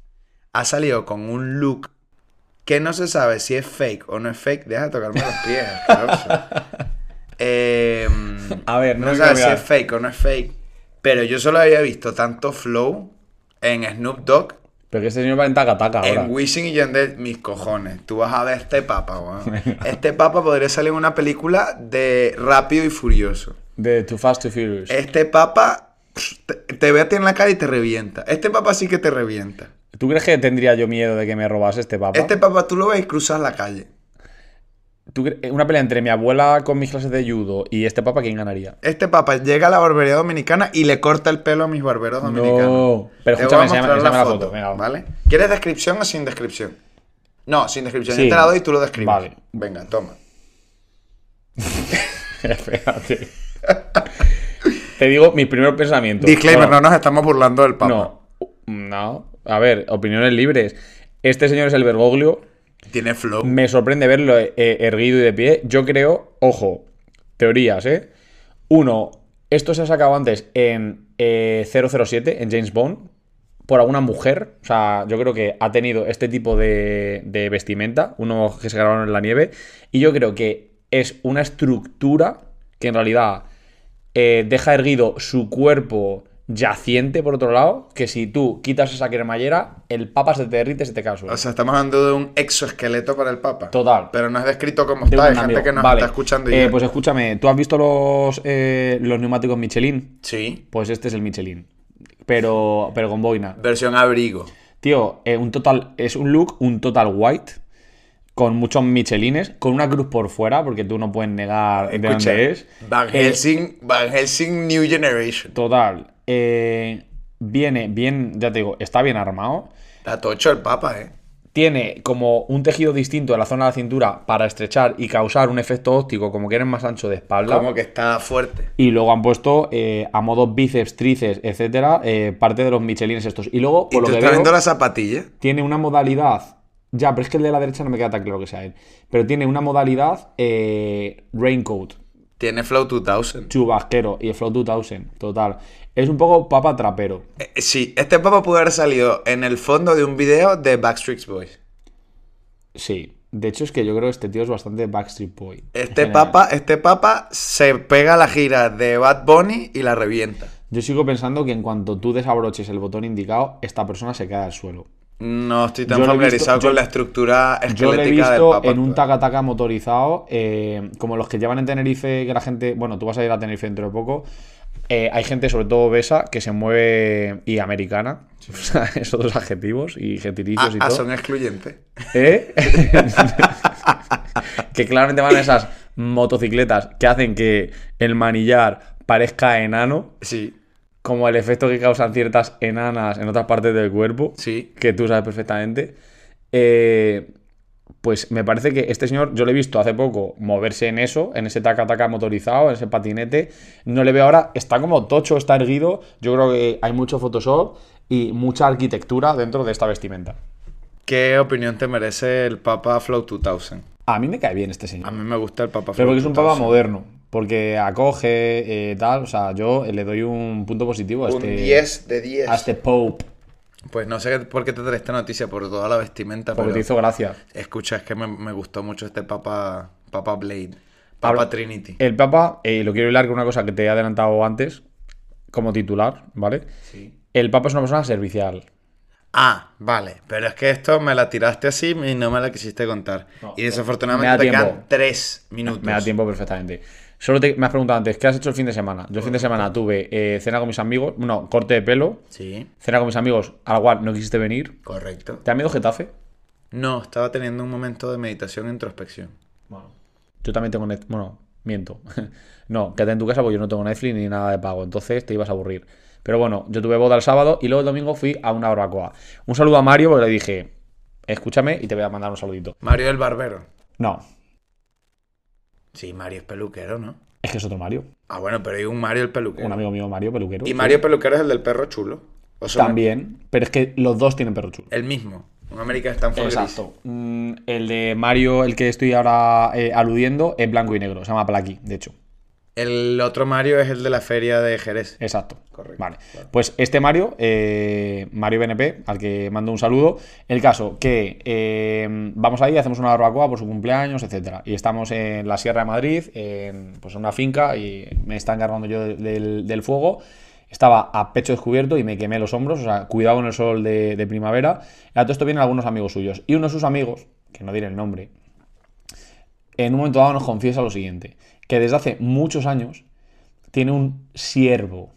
S2: ha salido con un look que no se sabe si es fake o no es fake. Deja de tocarme los pies, causa. Em,
S1: A ver, no
S2: no
S1: me
S2: se sabe si
S1: quiero mirar.
S2: es fake o no es fake. Pero yo solo había visto tanto flow en Snoop Dogg
S1: Pero que este señor va en taca-taca ahora.
S2: en Wishing y Yandel, mis cojones. Tú vas a ver este papa, weón. Este papa podría salir en una película de Rápido y Furioso.
S1: De Too Fast, Too Furious.
S2: Este papa pff, te, te ve a ti en la cara y te revienta. Este papa sí que te revienta.
S1: ¿Tú crees que tendría yo miedo de que me robase este Papa?
S2: Este papa tú lo ves y cruzas la calle.
S1: ¿Tú cre- eh, una pelea entre mi abuela con mis clases de judo y este papa, ¿quién ganaría?
S2: Este papa llega a la barbería dominicana y le corta el pelo a mis barberos dominicanos.
S1: No. Pero
S2: Te voy a
S1: escúchame, enséñame,
S2: mostrar
S1: enséñame la foto. Venga, va.
S2: ¿Vale? ¿Quieres descripción o sin descripción? No, sin descripción.
S1: Sí.
S2: Yo te la doy y tú lo describes.
S1: Vale.
S2: Venga, toma.
S1: Espérate. Te digo mis primeros pensamientos.
S2: Disclaimer,
S1: Bueno,
S2: no nos estamos burlando del papa.
S1: No, no. A ver, opiniones libres. Este señor es el Bergoglio.
S2: Tiene flow.
S1: Me sorprende verlo eh, erguido y de pie. Yo creo, ojo, teorías, ¿eh? Uno, esto se ha sacado antes en eh, 007, en James Bond, por alguna mujer. O sea, yo creo que ha tenido este tipo de, de vestimenta, uno que se grabaron en la nieve. Y yo creo que es una estructura que en realidad eh, deja erguido su cuerpo yaciente, por otro lado, que si tú quitas esa cremallera, el papa se te derrite y se te cae al suelo.
S2: O sea, estamos hablando de un exoesqueleto para el papa.
S1: Total.
S2: Pero no es descrito como
S1: de
S2: está. Hay
S1: un
S2: gente
S1: amigo.
S2: que nos
S1: Vale.
S2: está escuchando y
S1: Eh,
S2: ya.
S1: pues escúchame, ¿tú has visto los, eh, los neumáticos Michelin?
S2: Sí.
S1: Pues este es el Michelin. Pero, pero con boina.
S2: Versión abrigo.
S1: Tío, eh, un total, es un look, un total white, con muchos Michelines, con una cruz por fuera, porque tú no puedes negar
S2: Escucha,
S1: de dónde es.
S2: Van
S1: Eh,
S2: Helsing, Van Helsing New Generation.
S1: total. eh, viene bien, ya te digo, está bien armado.
S2: Está tocho el papa, ¿eh?
S1: tiene como un tejido distinto en la zona de la cintura para estrechar y causar un efecto óptico como que eres más ancho de espalda.
S2: Como que está fuerte.
S1: Y luego han puesto eh, a modo bíceps, tríceps, etcétera, eh, parte de los michelines estos. Y luego,
S2: ¿Y
S1: por
S2: tú
S1: lo que
S2: estás
S1: veo,
S2: viendo la zapatilla?
S1: tiene una modalidad. Ya, pero es que el de la derecha no me queda tan claro que sea él. Pero tiene una modalidad eh, raincoat,
S2: Tiene Flow 2000.
S1: chubasquero y el Flow 2000, total. Es un poco papa trapero.
S2: Eh, Sí, este papa pudo haber salido en el fondo de un video de Backstreet Boys.
S1: Sí. De hecho, es que yo creo que este tío es bastante Backstreet Boy.
S2: Este papa, este papa se pega la gira de Bad Bunny y la revienta.
S1: Yo sigo pensando que en cuanto tú desabroches el botón indicado, esta persona se cae al suelo.
S2: No estoy tan
S1: Yo lo he
S2: familiarizado
S1: visto-
S2: con
S1: yo-
S2: la estructura esquelética
S1: Yo lo he
S2: del
S1: visto
S2: papa.
S1: en un
S2: actual.
S1: taca-taca motorizado, eh, como los que llevan en Tenerife, que la gente, bueno, tú vas a ir a Tenerife dentro de poco. Eh, hay gente, sobre todo obesa, que se mueve y americana. O sea, esos dos adjetivos y
S2: Ah,
S1: gentilichos y
S2: ah,
S1: todo.
S2: son excluyentes.
S1: ¿Eh? que claramente van esas motocicletas que hacen que el manillar parezca enano,
S2: Sí,
S1: como el efecto que causan ciertas enanas en otras partes del cuerpo
S2: sí.
S1: que tú sabes perfectamente. eh, pues me parece que este señor, yo lo he visto hace poco moverse en eso, en ese taca-taca motorizado, en ese patinete. No le veo ahora, está como tocho, está erguido. Yo creo que hay mucho Photoshop y mucha arquitectura dentro de esta vestimenta.
S2: ¿Qué opinión te merece el papa Flow 2000?
S1: A mí me cae bien este
S2: A
S1: señor.
S2: mí me gusta el papa Flow
S1: Pero porque es un
S2: 2000.
S1: papa moderno, porque acoge, eh, tal. O sea, yo le doy un punto positivo a
S2: Un
S1: este,
S2: 10 de 10.
S1: a este Pope,
S2: Pues no sé por qué te trae esta noticia, por toda la vestimenta.
S1: porque
S2: pero-
S1: te hizo gracia.
S2: Escucha, es que me, me gustó mucho este Papa, Papa Blade, Papa
S1: Habla-
S2: Trinity.
S1: El Papa, eh, lo quiero hablar con una cosa que te he adelantado antes, como titular, ¿vale? El Papa es una persona servicial.
S2: Ah, vale, pero es que esto me la tiraste así y no me la quisiste contar. y
S1: me
S2: desafortunadamente
S1: da
S2: te quedan
S1: tiempo.
S2: tres minutos.
S1: Me da tiempo perfectamente. Solo te, me has preguntado antes, ¿qué has hecho el fin de semana? Yo el fin de semana tuve eh, cena con mis amigos, no, corte de pelo,
S2: Sí,
S1: cena con mis amigos, al cual no quisiste venir.
S2: correcto.
S1: ¿Te ha miedo Getafe?
S2: No, estaba teniendo un momento de meditación e introspección.
S1: Yo también tengo Netflix. Bueno, miento. no, quédate en tu casa porque yo no tengo Netflix ni nada de pago. Entonces te ibas a aburrir. Pero bueno, yo tuve boda el sábado y luego el domingo fui a una barbacoa. Un saludo a Mario porque le dije, escúchame y te voy a mandar un saludito.
S2: Mario el Barbero.
S1: No,
S2: Sí, Mario es peluquero, ¿no?
S1: es que es otro Mario.
S2: Ah, bueno, pero hay un Mario el peluquero.
S1: Un amigo mío, Mario Peluquero.
S2: Y Mario pues, el peluquero es el del perro chulo. O sea,
S1: También, pero es que los dos tienen perro chulo.
S2: El mismo. Un América Stanford gris.
S1: Exacto. Mm, el de Mario, el que estoy ahora eh, aludiendo, es blanco y negro. Se llama Plaki, de hecho.
S2: El otro Mario es el de la feria de Jerez.
S1: Exacto.
S2: Correcto,
S1: Vale.
S2: claro.
S1: Pues este Mario, eh, Mario BNP, al que mando un saludo. El caso que eh, vamos ahí, hacemos una barbacoa por su cumpleaños, etcétera. Y estamos en la Sierra de Madrid, en pues, en una finca, y me está encargando yo de- del, del fuego. Estaba a pecho descubierto y me quemé los hombros, o sea, cuidado con el sol de, de primavera. A todo esto vienen algunos amigos suyos. Y uno de sus amigos, que no diré el nombre, en un momento dado nos confiesa lo siguiente, que desde hace muchos años tiene un siervo,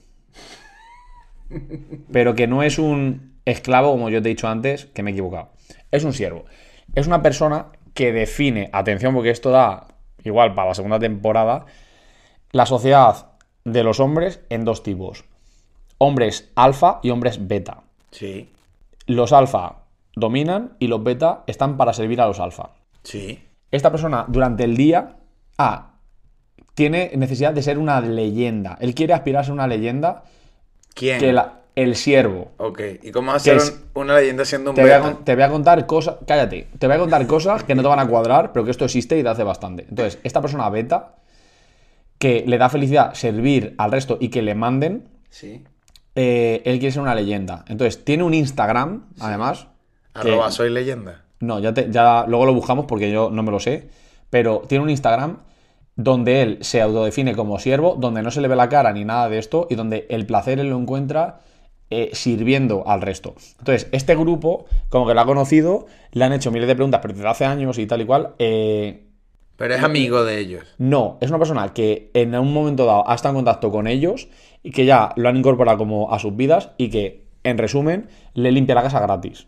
S1: pero que no es un esclavo, como yo te he dicho antes, que me he equivocado. Es un siervo. Es una persona que define, atención porque esto da igual para la segunda temporada, la sociedad de los hombres en dos tipos. Hombres alfa y hombres beta.
S2: Sí,
S1: Los alfa dominan y los beta están para servir a los alfa.
S2: sí.
S1: Esta persona durante el día A tiene necesidad de ser una leyenda. Él quiere aspirar a ser una leyenda
S2: ¿Quién?
S1: que la- el siervo.
S2: Ok, ¿y cómo hacer
S1: es-
S2: un- una leyenda siendo un
S1: Te voy, a,
S2: beta?
S1: con- te voy a contar cosas. Cállate. Te voy a contar cosas que no te van a cuadrar, pero que esto existe y te hace bastante. Entonces, esta persona beta, que le da felicidad servir al resto y que le manden,
S2: Sí.
S1: eh, él quiere ser una leyenda. Entonces, tiene un Instagram, además. que-
S2: Arroba, soy leyenda.
S1: no, ya, te- ya luego lo buscamos porque yo no me lo sé. Pero tiene un Instagram donde él se autodefine como siervo, donde no se le ve la cara ni nada de esto y donde el placer él lo encuentra eh, sirviendo al resto. Entonces, este grupo, como que lo ha conocido, le han hecho miles de preguntas, pero desde hace años y tal y cual. eh,
S2: Pero es amigo de ellos.
S1: no, es una persona que en un momento dado ha estado en contacto con ellos y que ya lo han incorporado como a sus vidas y que, en resumen, le limpia la casa gratis.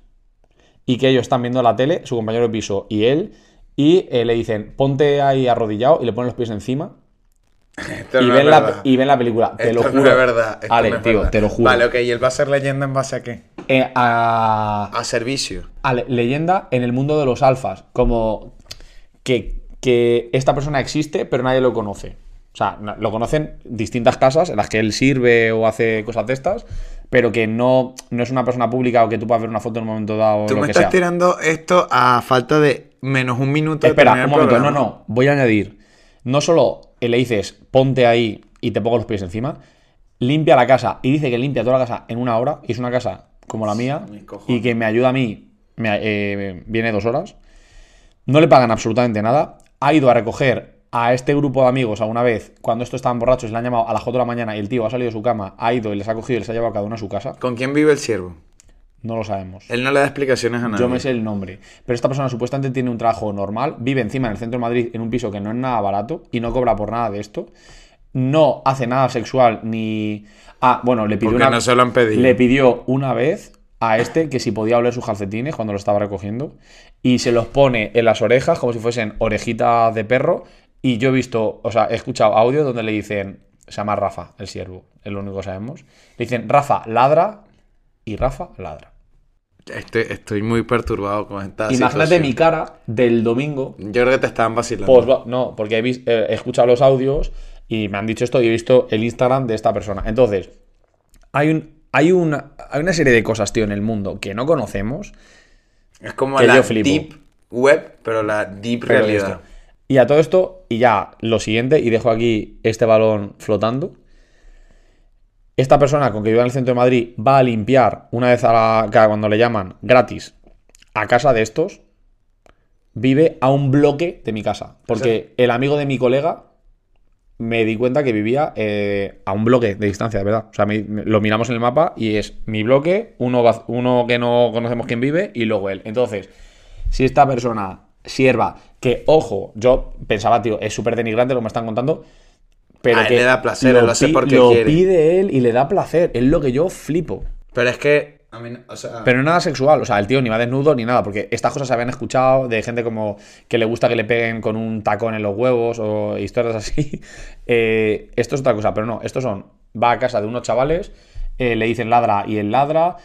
S1: Y que ellos están viendo la tele, su compañero de piso y él, y eh, le dicen, ponte ahí arrodillado y le ponen los pies encima
S2: Esto
S1: y,
S2: no es
S1: ven la,
S2: verdad.
S1: y ven la película. Te
S2: Esto
S1: lo
S2: no
S1: juro.
S2: es verdad. esto
S1: Ale,
S2: no es
S1: tío,
S2: verdad.
S1: te lo juro.
S2: Vale, ok, ¿y él va a ser leyenda en base a qué?
S1: Eh, a,
S2: A servicio.
S1: a le- leyenda en el mundo de los alfas, como que, que esta persona existe pero nadie lo conoce. O sea, na- lo conocen distintas casas en las que él sirve o hace cosas de estas, pero que no, no es una persona pública o que tú puedas ver una foto en un momento dado o
S2: Tú
S1: lo
S2: me
S1: que
S2: estás
S1: sea.
S2: tirando esto a falta de menos un minuto. de
S1: Espera,
S2: terminar
S1: un
S2: el
S1: momento, no,
S2: programa.
S1: no, voy a añadir. No solo le dices ponte ahí y te pongo los pies encima, limpia la casa y dice que limpia toda la casa en una hora y es una casa como la mía
S2: mis cojones.
S1: y que me ayuda a mí, me, eh, viene dos horas. No le pagan absolutamente nada. Ha ido a recoger a este grupo de amigos alguna vez cuando estos estaban borrachos y le han llamado a las 4 de la mañana y el tío ha salido de su cama, ha ido y les ha cogido y les ha llevado cada uno a su casa.
S2: ¿Con quién vive el siervo?
S1: No lo sabemos.
S2: Él no le da explicaciones a nadie.
S1: Yo me sé el nombre. Pero esta persona supuestamente tiene un trabajo normal, vive encima en el centro de Madrid en un piso que no es nada barato y no cobra por nada de esto. No hace nada sexual ni. Ah, bueno, le pidió
S2: Porque
S1: una.
S2: no se lo han pedido.
S1: Le pidió una vez a este que si podía oler sus calcetines cuando lo estaba recogiendo y se los pone en las orejas como si fuesen orejitas de perro. Y yo he visto, o sea, he escuchado audio donde le dicen. Se llama Rafa, el siervo, es lo único que sabemos. Le dicen Rafa ladra y Rafa ladra.
S2: Estoy, Este, estoy muy perturbado con esta
S1: Imagínate
S2: situación.
S1: mi cara del domingo.
S2: Yo creo que te estaban vacilando.
S1: Pues va- no, porque he, vis- eh, he escuchado los audios y me han dicho esto y he visto el Instagram de esta persona. Entonces, hay, un, hay, una, hay una serie de cosas, tío, en el mundo que no conocemos.
S2: es como
S1: que
S2: la
S1: yo flipo.
S2: deep web, pero la deep
S1: pero
S2: realidad.
S1: esto. Y a todo esto, y ya, lo siguiente, y dejo aquí este balón flotando. Esta persona con que vive en el centro de Madrid va a limpiar una vez a la, cada cuando le llaman gratis a casa de estos. Vive a un bloque de mi casa. Porque el amigo de mi colega me di cuenta que vivía eh, a un bloque de distancia, de verdad. O sea, me- me- lo miramos en el mapa y es mi bloque, uno, va- uno que no conocemos quién vive y luego él. Entonces, si esta persona sierva, que ojo, yo pensaba, tío, es súper denigrante lo que me están contando, pero
S2: A él
S1: que
S2: Ah, le da placer, él lo hace
S1: pi-
S2: porque
S1: lo
S2: quiere.
S1: pide él y le da placer, es lo que yo flipo.
S2: Pero es que. A mí no- o sea,
S1: Pero nada sexual, o sea, el tío ni va desnudo ni nada, porque estas cosas se habían escuchado de gente como que le gusta que le peguen con un tacón en los huevos o historias así. Eh, esto es otra cosa, pero no, estos son, va a casa de unos chavales, eh, le dicen ladra y él ladra,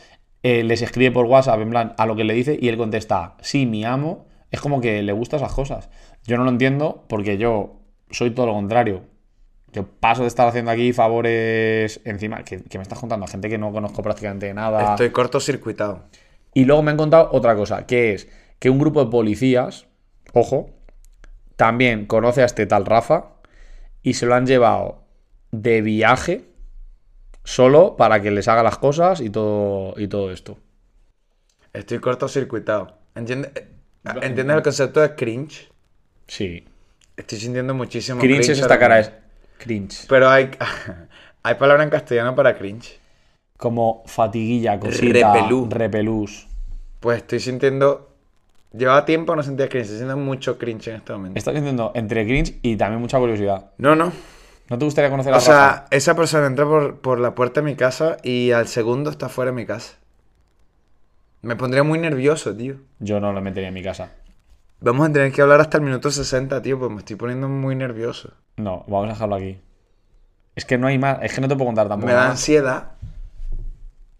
S1: eh, les escribe por WhatsApp en plan a lo que le dice y él contesta, sí, mi amo, es como que le gustan esas cosas. Yo no lo entiendo porque yo soy todo lo contrario. Yo paso de estar haciendo aquí favores encima, que, que me estás contando a gente que no conozco prácticamente de nada.
S2: estoy cortocircuitado.
S1: Y luego me han contado otra cosa, que es que un grupo de policías, ojo, también conoce a este tal Rafa y se lo han llevado de viaje solo para que les haga las cosas y todo, y todo esto.
S2: Estoy cortocircuitado. ¿Entiende- eh, ¿Entiendes el concepto de cringe?
S1: Sí.
S2: Estoy sintiendo muchísimo
S1: Cringe, es esta
S2: ahora
S1: cara, es
S2: mismo.
S1: cringe.
S2: Pero hay, hay palabra en castellano para cringe.
S1: Como fatiguilla, cosita,
S2: Repelú.
S1: repelús.
S2: Pues estoy sintiendo. Llevaba tiempo no sentía cringe, estoy sintiendo mucho cringe en este momento.
S1: Estás sintiendo entre cringe y también mucha curiosidad.
S2: No, no.
S1: ¿No te gustaría conocer a
S2: O
S1: Rafa?
S2: sea, esa persona entra por, por la puerta de mi casa y al segundo está fuera de mi casa. Me pondría muy nervioso, tío.
S1: Yo no lo metería en mi casa.
S2: Vamos a tener que hablar hasta el minuto 60, tío, pues me estoy poniendo muy nervioso.
S1: No, vamos a dejarlo aquí. Es que no hay más, es que no te puedo contar tampoco.
S2: Me da
S1: más.
S2: ansiedad.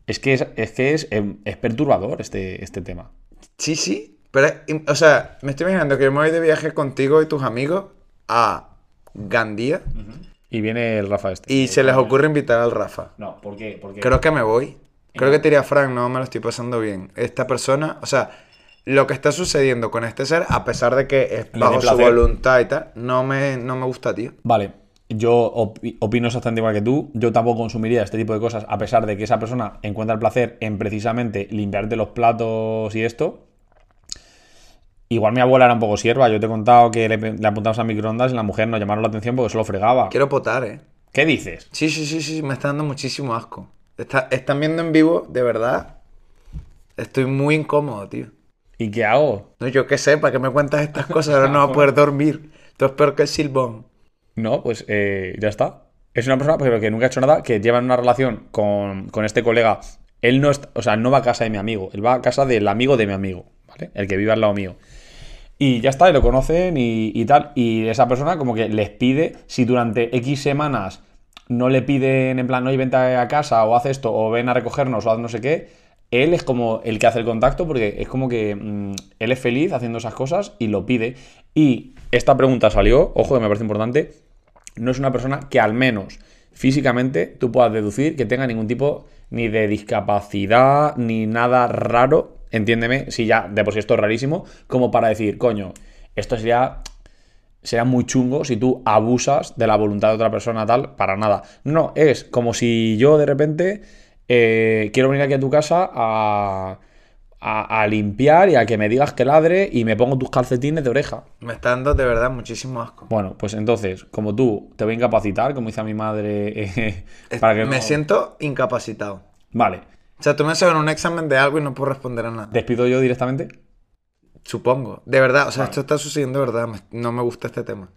S1: Es que es, es que es, em, es perturbador este, este tema.
S2: Sí, sí. Pero, im- o sea, me estoy imaginando que yo me voy de viaje contigo y tus amigos a Gandía
S1: Y viene el Rafa este.
S2: y se les ocurre invitar al Rafa.
S1: No, ¿por qué? Porque
S2: Creo que me voy. Creo que te diría, Frank, no me lo estoy pasando bien. Esta persona, o sea, lo que está sucediendo con este ser, a pesar de que es
S1: dé
S2: bajo su
S1: placer.
S2: voluntad y tal, no me, no me gusta, tío.
S1: Vale, yo opi- opino exactamente igual que tú. Yo tampoco consumiría este tipo de cosas, a pesar de que esa persona encuentra el placer en precisamente limpiarte los platos y esto. Igual mi abuela era un poco sierva. Yo te he contado que le, le apuntamos a microondas y la mujer nos llamaron la atención porque se lo fregaba.
S2: Quiero potar, ¿eh?
S1: ¿Qué dices?
S2: Sí, sí, sí, sí, me está dando muchísimo asco. Está, están viendo en vivo, de verdad. Estoy muy incómodo, tío.
S1: ¿Y qué hago?
S2: No, yo qué sé, ¿para qué me cuentas estas cosas? Ahora no voy a poder dormir. Esto es peor que el silbón.
S1: No, pues eh, ya está. Es una persona pues, que nunca ha hecho nada, que lleva en una relación con, con este colega. Él no, est- o sea, no va a casa de mi amigo, él va a casa del amigo de mi amigo, ¿vale? El que vive al lado mío. Y ya está, y lo conocen y, y tal. Y esa persona como que les pide, si durante X semanas no le piden en plan, oye, vente a casa o haz esto, o ven a recogernos o haz no sé qué, él es como el que hace el contacto porque es como que mm, él es feliz haciendo esas cosas y lo pide. Y esta pregunta salió, ojo que me parece importante, no es una persona que al menos físicamente tú puedas deducir que tenga ningún tipo ni de discapacidad ni nada raro, entiéndeme, si ya de por sí esto es rarísimo, como para decir, coño, esto sería será muy chungo si tú abusas de la voluntad de otra persona tal para nada. No, es como si yo de repente eh, quiero venir aquí a tu casa a, a- a limpiar y a que me digas que ladre y me pongo tus calcetines de oreja.
S2: Me está dando de verdad muchísimo asco.
S1: Bueno, pues entonces, como tú te voy a incapacitar, como dice mi madre, eh, para que
S2: me
S1: no-
S2: siento incapacitado.
S1: Vale,
S2: O sea, tú me haces un examen de algo y no puedo responder a nada.
S1: despido yo directamente.
S2: Supongo. De verdad, o sea, esto está sucediendo de verdad. me- No me gusta este tema.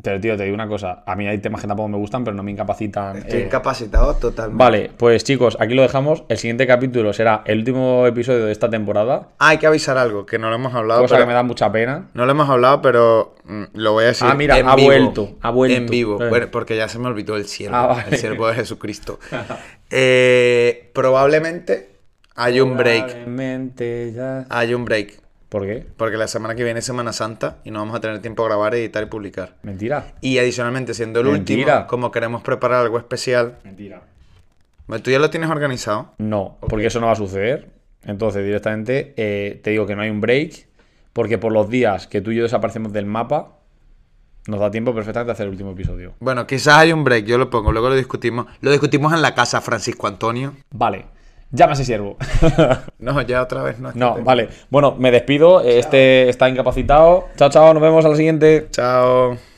S1: Pero tío, te digo una cosa, a mí hay temas que tampoco me gustan, pero no me incapacitan.
S2: Estoy
S1: eh,
S2: incapacitado totalmente.
S1: Vale, pues chicos, aquí lo dejamos. El siguiente capítulo será el último episodio de esta temporada.
S2: Ah, hay que avisar algo, que no lo hemos hablado. Ah,
S1: Cosa
S2: pero-
S1: que me da mucha pena.
S2: No lo hemos hablado, pero mm, lo voy a decir.
S1: Ah, mira,
S2: en
S1: ha
S2: vivo.
S1: vuelto, ha vuelto.
S2: En vivo,
S1: Eh.
S2: bueno, porque ya se me olvidó el siervo.
S1: Ah, vale.
S2: El siervo de Jesucristo. Eh, probablemente hay un
S1: eh.
S2: break.
S1: Probablemente ya-
S2: Hay un break.
S1: ¿Por qué?
S2: Porque la semana que viene es Semana Santa y no vamos a tener tiempo a grabar, editar y publicar.
S1: Mentira.
S2: Y adicionalmente, siendo el
S1: Mentira.
S2: último, como queremos preparar algo especial.
S1: Mentira.
S2: Bueno, tú ya lo tienes organizado.
S1: No, porque eso no va a suceder. Entonces, directamente eh, te digo que no hay un break, porque por los días que tú y yo desaparecemos del mapa, nos da tiempo perfectamente a hacer el último episodio.
S2: Bueno, quizás hay un break, yo lo pongo, luego lo discutimos. Lo discutimos en la casa, Francisco Antonio.
S1: Vale, llámese siervo.
S2: No, ya otra vez no. este
S1: no,
S2: tema.
S1: vale. Bueno, me despido. Este está incapacitado. Chao, chao, nos vemos a la siguiente.
S2: Chao.